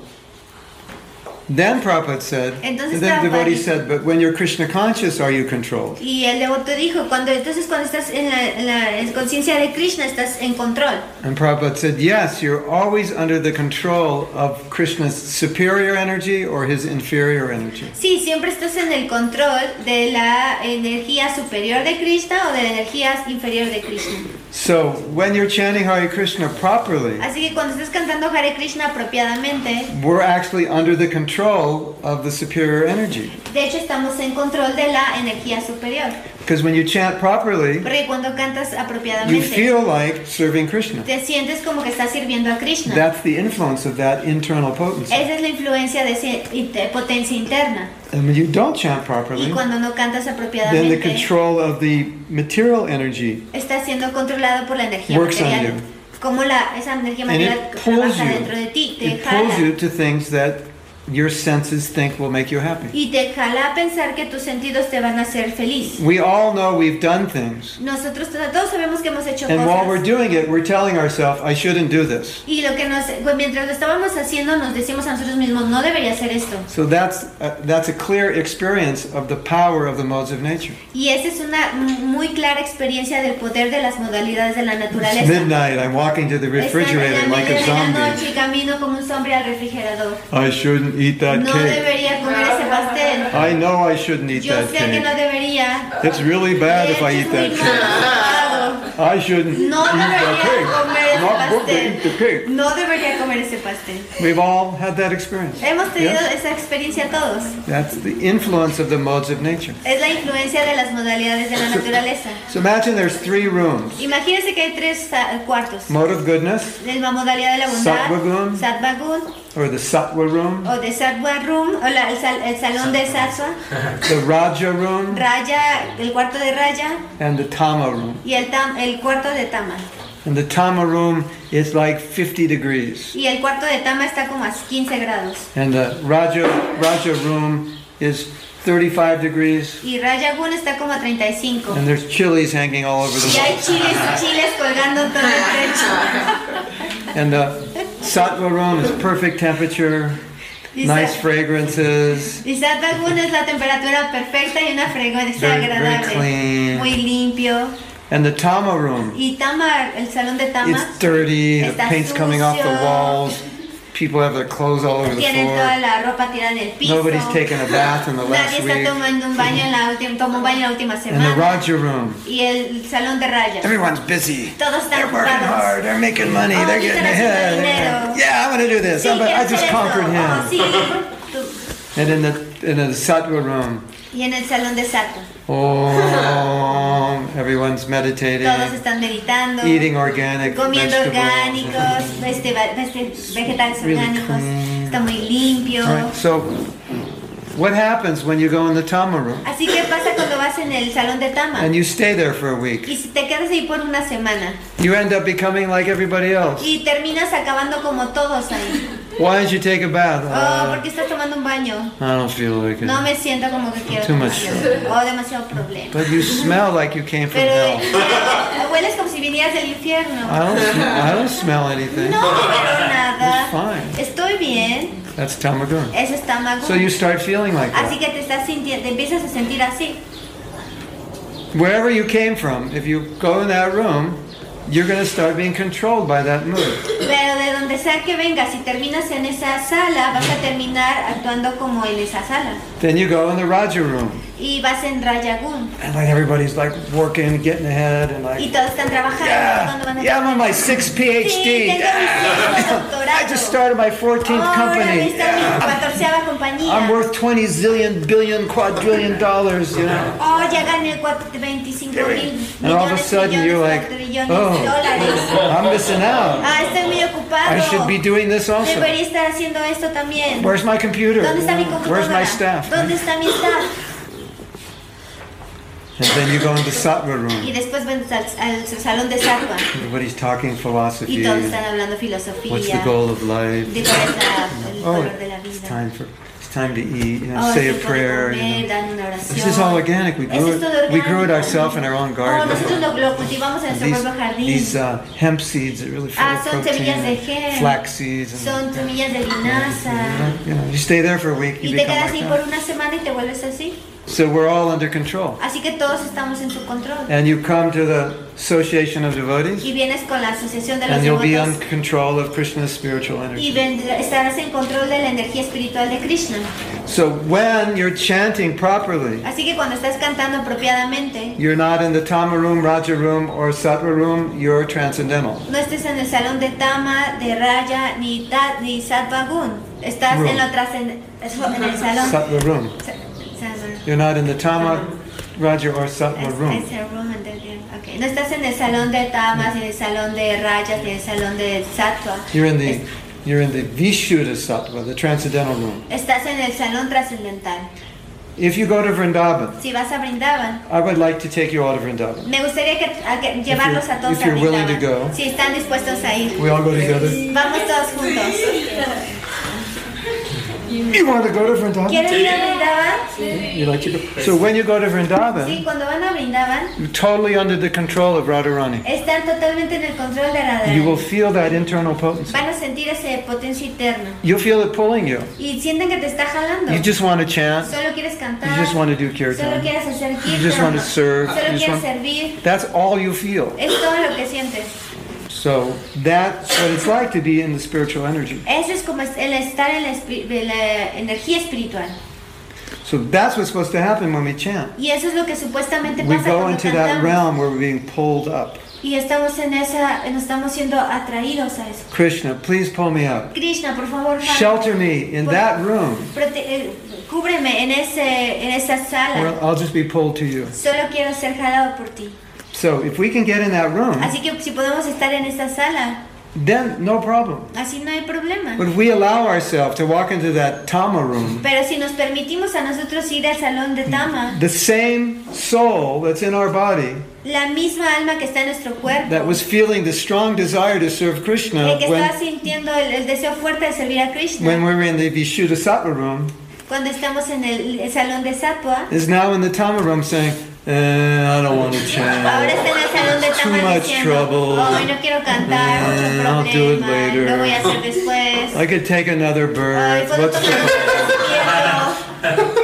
A: then Prabhupada said,
B: Entonces
A: and then the
B: Prabhupada
A: devotee
B: dijo-
A: said, but when you're Krishna conscious, are you controlled?
B: Y el devoto dijo, cuando entonces cuando estás en la, en la- en conciencia de Krishna estás en control.
A: And Prabhupada said, yes, you're always under the control of Krishna's superior energy or his inferior energy.
B: Sí, siempre estás en el control de la energía superior de Krishna o de la energía inferior de Krishna.
A: So when you're chanting Hare Krishna properly,
B: Así que cuando estés cantando Hare Krishna apropiadamente,
A: we're actually under the control of the superior energy.
B: de hecho estamos en control de la energía superior.
A: Because when you chant properly,
B: Porque cuando cantas
A: you
B: apropiadamente,
A: feel like serving Krishna.
B: te sientes como que estás sirviendo a Krishna.
A: That's the influence of that internal potency.
B: Esa es la influencia de esa inter- potencia interna.
A: And when you don't chant
B: Y
A: properly,
B: cuando no cantas
A: then the
B: apropiadamente,
A: control of the material energy
B: estás siendo controlado por la energía
A: Works on
B: material. Como la, esa energía
A: and
B: material
A: it pulls
B: trabaja
A: you.
B: dentro de ti, te
A: It pulls you
B: jala.
A: to things that your senses think will make you happy.
B: Y te jala a pensar que tus sentidos te van a hacer feliz.
A: We all know we've done things,
B: Nosotros to- todos sabemos que hemos hecho
A: and while we're
B: cosas.
A: doing it, we're telling ourselves, "I shouldn't do this."
B: Y lo que nos, pues, mientras lo estábamos haciendo, nos decimos a nosotros mismos, no debería hacer esto.
A: So that's a, that's a clear experience of the power of the modes of nature.
B: Y esa es una muy clara experiencia del poder de las modalidades de la
A: It's
B: naturaleza.
A: midnight. I'm walking to the
B: Están en la
A: refrigerator like
B: media
A: a
B: de la noche
A: zombie.
B: y camino como un hombre al refrigerador.
A: I shouldn't eat that
B: No
A: cake.
B: debería comer ese pastel.
A: I know I shouldn't eat
B: Yo
A: that
B: sé que no
A: cake.
B: debería.
A: It's really bad if I
B: De
A: eat
B: hecho, es
A: that
B: muy
A: cake.
B: mal.
A: I shouldn't eat
B: No debería comer
A: that
B: ese
A: cake. Not good to eat the
B: pastel.
A: cake.
B: No debería comer ese pastel.
A: We've all had that experience.
B: Hemos tenido
A: Yes?
B: esa experiencia todos.
A: That's the influence of the modes of nature.
B: Es la influencia de las modalidades de la naturaleza.
A: So imagine there's three rooms.
B: Imagínense que hay tres ah, cuartos.
A: Mode of goodness,
B: De La modalidad de la bondad,
A: Sattvagun.
B: sattva gun,
A: or the sattva room,
B: o de sattva room, o la- el, sal- el salón de sattva,
A: the raja room,
B: raya, el cuarto de raya
A: and the tama room.
B: y el, tam- el cuarto de tama.
A: And the tama room is like 50 degrees.
B: Y el cuarto de tama está como a 15 grados.
A: And the raja, raja room is 35 degrees.
B: Y Rayagun está como a 35.
A: And there's chilies hanging all over the
B: Y hay
A: wall.
B: chiles y chiles colgando en todo el techo.
A: And the sattva room is perfect temperature,
B: Y,
A: nice
B: sa-
A: fragrances,
B: y Sattvagun es la temperatura perfecta y una frecuencia
A: very, very
B: agradable. Muy
A: clean.
B: limpio.
A: And the tama room
B: Y Tama, el salón de Tama,
A: It's dirty, the
B: Está
A: paint's coming off the
B: sucio.
A: walls, people have their clothes all over the
B: tienen toda
A: floor,
B: la ropa tirada en el piso.
A: nobody's taken a bath in the
B: Nadie
A: last
B: está
A: week.
B: tomando un baño en la última, tomó un baño en la última
A: In the
B: semana.
A: Raja room,
B: Y el salón de Raya.
A: everyone's busy.
B: Todos
A: They're
B: están
A: working
B: ocupados.
A: hard, they're making money, they're
B: Ahorita
A: getting
B: la
A: ahead.
B: hacen
A: they're-
B: dinero.
A: Yeah, I'm gonna do this,
B: Sí,
A: I'm gonna- I
B: quiero
A: just
B: hacer
A: conquered
B: eso. Oh,
A: him.
B: sí. Tú-
A: And in the, in the Sattva room,
B: Y en el salón de Sattva.
A: oh, everyone's
B: Todos
A: meditating,
B: están meditando.
A: eating organic
B: comiendo
A: vegetables.
B: orgánicos, este, va- este, vegetales
A: Really
B: orgánicos,
A: clean.
B: está muy limpio.
A: Right, So, what happens when you go in the Tama room
B: Así que pasa cuando vas en el salón de Tama
A: and you stay there for a week?
B: y si te quedas ahí por una semana
A: You end up becoming like everybody else.
B: y terminas acabando como todos ahí.
A: Why didn't you take a bath?
B: Oh,
A: Uh,
B: porque estás tomando un baño.
A: I don't feel like
B: No
A: it.
B: me siento como que quiero.
A: Too much
B: tomarlo. Oh, demasiado problema.
A: But you smell like you came from
B: Pero
A: hell.
B: eh, hueles como si vinieras del infierno.
A: I don't. Sm- I don't smell
B: No,
A: anything.
B: pero nada.
A: It's
B: Estoy bien.
A: That's tamagun.
B: Eso está mago.
A: So you start feeling like that.
B: Así que te estás sintiendo, te empiezas a sentir así.
A: Wherever you came from, if you go in that room, you're going to start being controlled by that mood.
B: Pero de donde sea que vengas, si terminas en esa sala, vas a terminar actuando como en esa sala.
A: Then you go in the Raja room,
B: Y vas en Rayagun.
A: and like everybody's like working, getting ahead, and
B: Y
A: like,
B: todos están trabajando. ¿Cuándo
A: yeah,
B: van a
A: yeah, I'm on my sixth
B: Sí, tengo
A: PhD.
B: mi
A: Yeah.
B: sexto
A: I
B: doctorado.
A: just started my 14th
B: Ahora
A: company.
B: está
A: Yeah.
B: mi catorceava compañía.
A: I'm worth 20 zillion billion quadrillion dollars, you know.
B: Oh, ya gané 25 mil millones,
A: And all of a sudden you're
B: millones,
A: like,
B: trillones
A: oh.
B: de dólares.
A: I'm missing out.
B: Ah, estoy muy ocupado.
A: I should be doing this also.
B: Debería estar haciendo esto también.
A: Where's my computer?
B: ¿Dónde está mi computadora?
A: Where's my staff?
B: ¿Dónde está mi staff?
A: And then you go in the sattva
B: Y
A: room.
B: después van al, al salón de sattva
A: Everybody's talking
B: y
A: philosophy.
B: todos están hablando
A: What's the
B: filosofía,
A: goal of life?
B: de cuál es la- el
A: Oh,
B: color de la
A: it's
B: vida.
A: time for it's time to eat. You know,
B: Oh, es
A: say a
B: tiempo de
A: prayer. You
B: comer,
A: know.
B: dan una oración.
A: This is all organic. We
B: Eso
A: grew
B: es todo
A: it. We grew it
B: orgánico.
A: ourselves in our own
B: Oh, nosotros
A: garden.
B: lo, lo cultivamos en nuestro
A: These,
B: propio
A: these
B: jardín.
A: uh, hemp seeds are really full
B: Ah,
A: of
B: son
A: protein,
B: semillas de
A: and
B: hemp.
A: flax seeds, and
B: Son semillas de
A: Yeah,
B: linaza.
A: you, know, you stay there for a week, you
B: Y te
A: become
B: quedas
A: like
B: así por
A: that.
B: una semana y te vuelves así.
A: So we're all under control.
B: Así que todos estamos en su control.
A: And you come to the Association of Devotees,
B: Y vienes con la asociación de los
A: and you'll be in
B: devotos
A: control of Krishna's spiritual
B: y
A: energy.
B: vendrá- estarás en control de la energía espiritual de Krishna.
A: So when you're chanting properly,
B: Así que cuando estás cantando apropiadamente,
A: you're not in the Tama room, Raja room, or Sattva room, you're transcendental.
B: no estés en el salón de Tama, de Raya, ni, ta, ni Sattva Gun. Estás
A: Room.
B: en, lo trascend- en el salón.
A: Sattva room.
B: Sa- Sattva.
A: You're not in the Tama, Raja, or Sattva
B: Es-
A: room.
B: es el room and the game. Okay. No estás en el salón de tamas, ni en el salón de rayas, ni en el salón de sattva.
A: You're in the
B: Es-
A: you're in the Vishuddha Sattva, the transcendental room.
B: estás en el salón trascendental.
A: If you go to Vrindavan,
B: Si vas a Brindavan,
A: I would like to take you all to Vrindavan.
B: me gustaría que, a que- llevarlos a todos
A: if
B: a
A: you're willing to
B: Brindavan.
A: go.
B: Si están dispuestos a ir.
A: We all go together.
B: Vamos todos juntos.
A: You want to go to Vrindavan?
B: ¿Quieren ir a Brindavan?
A: You like to go. So when you go to
B: Sí,
A: Vrindavan,
B: cuando van a Brindavan,
A: you're totally under the control of Radharani.
B: están totalmente en el control de
A: You will
B: Radha.
A: feel that internal potency.
B: Van a sentir ese potencia interna.
A: You'll feel it pulling you.
B: Y sienten que te está jalando.
A: You just want to chant.
B: Solo quieres
A: You
B: cantar.
A: just want to do
B: Solo
A: kirtan.
B: quieres hacer
A: You just
B: kirtan.
A: want to serve.
B: Solo
A: You just want,
B: quieres servir.
A: that's all you feel.
B: Es todo lo que sientes.
A: So that's what it's like to be in the spiritual energy.
B: Eso es como es- el estar en la, espi- de la energía espiritual.
A: So that's what's supposed to happen when we chant.
B: Y eso es lo que supuestamente
A: We
B: pasa
A: go
B: cuando
A: into that
B: cantamos.
A: realm where we're being pulled up.
B: Y estamos en esa, nos estamos siendo atraídos a eso.
A: Krishna, please pull me up.
B: Krishna, por favor, Padre,
A: Shelter me in that room
B: prote- eh, cúbreme en, ese, en esa
A: or
B: sala.
A: I'll just be pulled to you.
B: Solo quiero ser jalado por ti.
A: So if we can get in that room,
B: Así que si podemos estar en esa sala,
A: then no problem.
B: así no hay problema.
A: But if we allow ourselves to walk into that Tama room,
B: Pero si nos permitimos a nosotros ir al salón de Tama,
A: the same soul that's in our body
B: la misma alma que está en nuestro cuerpo,
A: that was feeling the strong desire to serve Krishna
B: El que
A: when,
B: estaba sintiendo el, el deseo fuerte de servir a Krishna
A: when we were in the Vishuddha Sattva room
B: cuando estamos en el, el salón de Sattva.
A: is now in the Tama room saying, eh, I don't want to
B: Ahora
A: chant.
B: está en el salón de
A: Too
B: Tama
A: much
B: diciendo,
A: trouble.
B: "Ay, no quiero cantar,
A: Mm,
B: otro
A: I'll do it
B: problema,
A: later.
B: lo voy a hacer después.
A: I could take another
B: Ay,
A: birth.
B: puedo
A: What's
B: tomar
A: the-"
B: otro despierto".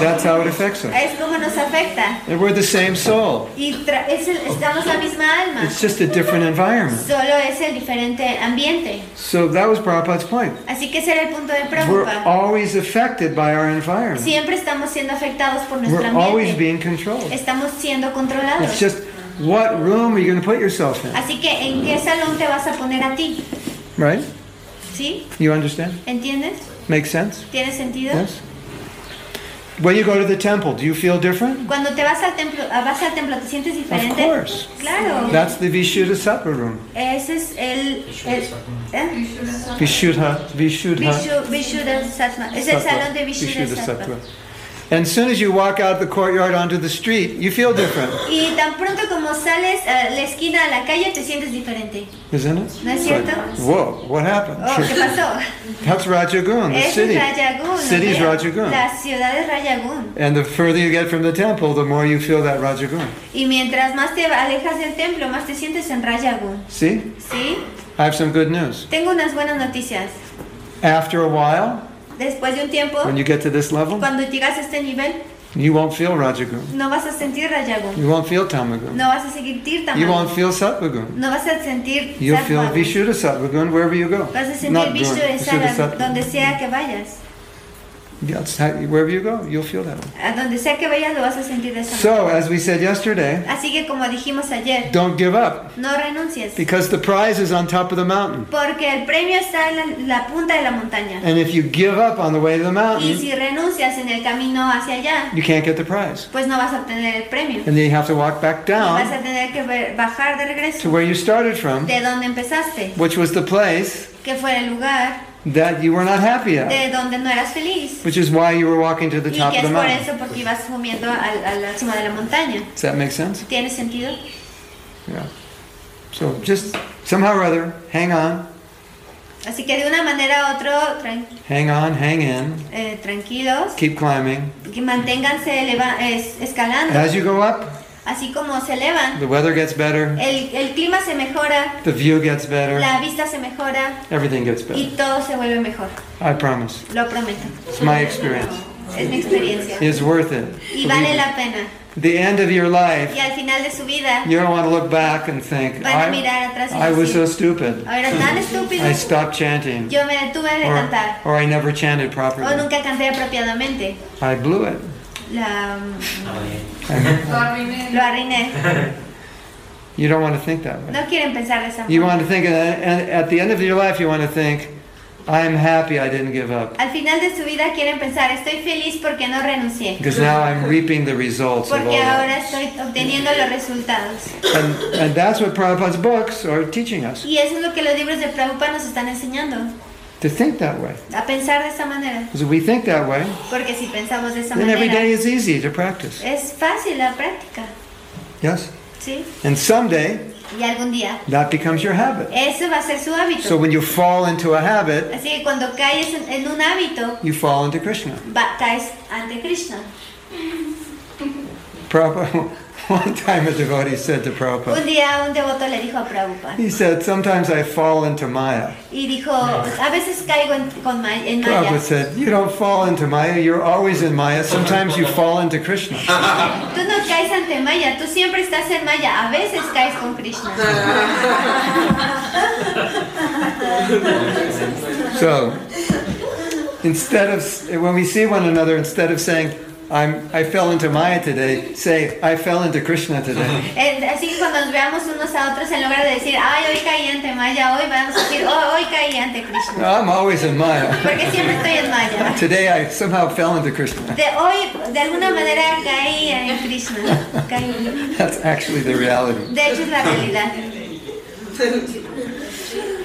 A: That's how it affects us.
B: Es como nos afecta.
A: And we're the same soul.
B: Y tra- es el- estamos la misma alma,
A: It's just a different environment.
B: solo es el diferente ambiente.
A: So that was Prabhupada's point.
B: Así que ese era el punto de
A: We're
B: Prabhupada.
A: always affected by our environment.
B: Siempre estamos siendo afectados por nuestro
A: We're always
B: ambiente.
A: being controlled.
B: Estamos siendo controlados.
A: It's just what room are you going to put yourself in,
B: Así que, ¿en qué salón te vas a poner a ti?
A: right?
B: ¿Sí?
A: You understand?
B: ¿Entiendes?
A: Makes sense?
B: ¿Tiene sentido?
A: Yes? When you go to the temple, do you feel different?
B: Cuando te vas al templo, ah, vas al templo, ¿te sientes diferente?
A: Of course.
B: Claro.
A: That's the Vishuddha Sattva room.
B: Ese es el, el ¿eh?
A: Vishuddha, Vishuddha,
B: Vishu- Vishuddha Sattva. Es el
A: Sattva.
B: salón de Vishuddha
A: Vishuddha
B: Sattva.
A: Sattva. And as soon as you walk out the courtyard onto the street, you feel different,
B: Y tan pronto como sales a la esquina a la calle te sientes diferente.
A: isn't it?
B: ¿No es
A: It's like,
B: cierto?
A: Whoa, what happened?
B: Oh, ¿qué pasó?
A: That's Rajagun, the
B: Ese
A: city.
B: es Rayagun.
A: City's Rajagun.
B: La ciudad es Rayagun.
A: And the further you get from the temple, the more you feel that Rajagun.
B: Y mientras más te alejas del templo, más te sientes en Rayagun.
A: See?
B: ¿Sí?
A: I have some good news.
B: Tengo unas buenas noticias.
A: After a while,
B: Después de un tiempo,
A: when you get to this level,
B: cuando llegas a este nivel,
A: you won't feel Rajagun.
B: no vas a sentir Rayagun.
A: You won't feel Tamagun.
B: No vas a sentir
A: You won't
B: Tirtamagun.
A: feel Sattvagun.
B: No vas a sentir
A: You'll feel
B: Sattvagun.
A: Vishuddha Sattvagun wherever you go.
B: Vas a sentir
A: Not
B: Vishu
A: Gun,
B: de
A: Vishuddha
B: Sara,
A: Sattva.
B: donde sea que vayas.
A: Yeah, it's how- wherever you go, you'll feel that.
B: A donde sea que vayas lo vas a sentir de esa
A: So, as we said yesterday,
B: manera. Así que como dijimos ayer,
A: don't give up
B: no renuncies.
A: because the prize is on top of the mountain.
B: Porque el premio está en la, la punta de la montaña.
A: And if you give up on the way to the
B: Y
A: mountain,
B: si renuncias en el camino hacia allá,
A: you can't get the prize.
B: pues no vas a obtener el premio.
A: And then you have to walk back
B: Vas
A: down
B: a tener que ver- bajar de
A: to
B: regreso
A: where you started from,
B: de donde empezaste,
A: which was the place
B: que fue el lugar
A: that you were not happy at,
B: de donde no eras feliz.
A: which is why you were walking to the
B: Y
A: top
B: que
A: of
B: es
A: the
B: por
A: mountain.
B: eso porque ibas sumiendo a, a la cima de la montaña.
A: Does that make sense?
B: ¿Tiene sentido?
A: Yeah. So just somehow or other, hang on,
B: Así que de una manera u otra, tran-
A: hang on, hang in,
B: eh, tranquilos,
A: keep climbing.
B: que manténganse eleva- es- escalando.
A: As you go up,
B: Así como se elevan,
A: the weather gets better,
B: el, el clima se mejora,
A: the view gets better,
B: la vista se mejora
A: everything gets
B: y
A: better.
B: todo se vuelve mejor.
A: I promise.
B: Lo prometo.
A: It's my experience.
B: Es mi experiencia.
A: It's worth it. Believe
B: Y vale
A: me.
B: la pena.
A: The end of your
B: Y
A: life,
B: al final de su vida,
A: you don't want to look back and think,
B: Van a mirar atrás y
A: I, I was so
B: decir,
A: stupid.
B: ahora tan estúpido,
A: I stopped chanting,
B: yo me detuve de
A: or,
B: cantar.
A: or I never chanted
B: O
A: properly.
B: nunca canté apropiadamente.
A: I blew it.
B: La, mm,
E: Lo arruiné.
B: lo arruiné.
A: You don't want to think that way.
B: No quieren pensar de esa
A: You
B: forma.
A: want to think, and at the end of your life, you want to think, I'm happy I didn't give up
B: Al final de su vida quieren pensar, estoy feliz porque no renuncié.
A: because now I'm reaping the results of all
B: Porque ahora
A: that.
B: estoy obteniendo los resultados.
A: And, and that's what Prabhupada's books are teaching us
B: Y eso es lo que los libros de Prabhupada nos están enseñando.
A: to think that way.
B: A pensar de esa manera.
A: Because if we think that way,
B: Porque si pensamos de esa
A: then every day
B: manera,
A: is
B: Eh.
A: easy to practice.
B: es fácil la práctica.
A: Yes?
B: ¿Sí?
A: And someday,
B: Y algún día.
A: that becomes your habit.
B: Eso va a ser su
A: So
B: hábito.
A: when you fall into a habit,
B: Así que cuando caes en, en un hábito,
A: you fall into Krishna.
B: va- caes ante Krishna.
A: Prabhupada, one time a devotee said to
B: Un
A: Prabhupada,
B: día un devoto le dijo a Prabhupada
A: he said, Sometimes I fall into Maya.
B: y dijo, a veces caigo en, con ma- en Maya.
A: Prabhupada said, You don't fall into Maya, you're always in Maya. Sometimes you fall into Krishna.
B: Tú no caes ante Maya, tú siempre estás en Maya, a veces caes con Krishna.
A: So, instead of, when we see one another, instead of saying, I'm, I fell into Maya today, say, I fell into Krishna today.
B: Eh, Así que cuando nos veamos unos a otros, en lugar de decir, ay, hoy caí ante Maya, hoy vamos a decir, oh, hoy caí ante Krishna.
A: I'm always in Maya.
B: Porque siempre estoy en Maya.
A: Today I somehow fell into Krishna.
B: De hoy, de alguna manera, caí en Krishna. Caí.
A: That's actually the reality.
B: De hecho, es la realidad.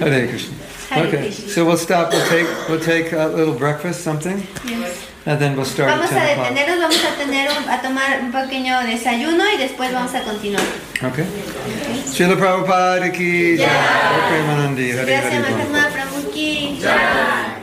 A: Hare Krishna.
B: Hare
A: Okay,
B: Krishna.
A: so we'll stop. We'll take, we'll take a little breakfast, something,
B: Yes.
A: and then we'll start at
B: Vamos a
A: 10 o'clock.
B: detenernos, vamos a, tener un- a tomar un pequeño desayuno y después vamos a continuar.
A: Okay. Srila Prabhupada ki jai. Premanandi, Hare
B: Gracias,
A: Hare Bol.
B: Mahatma Prabhu Ki.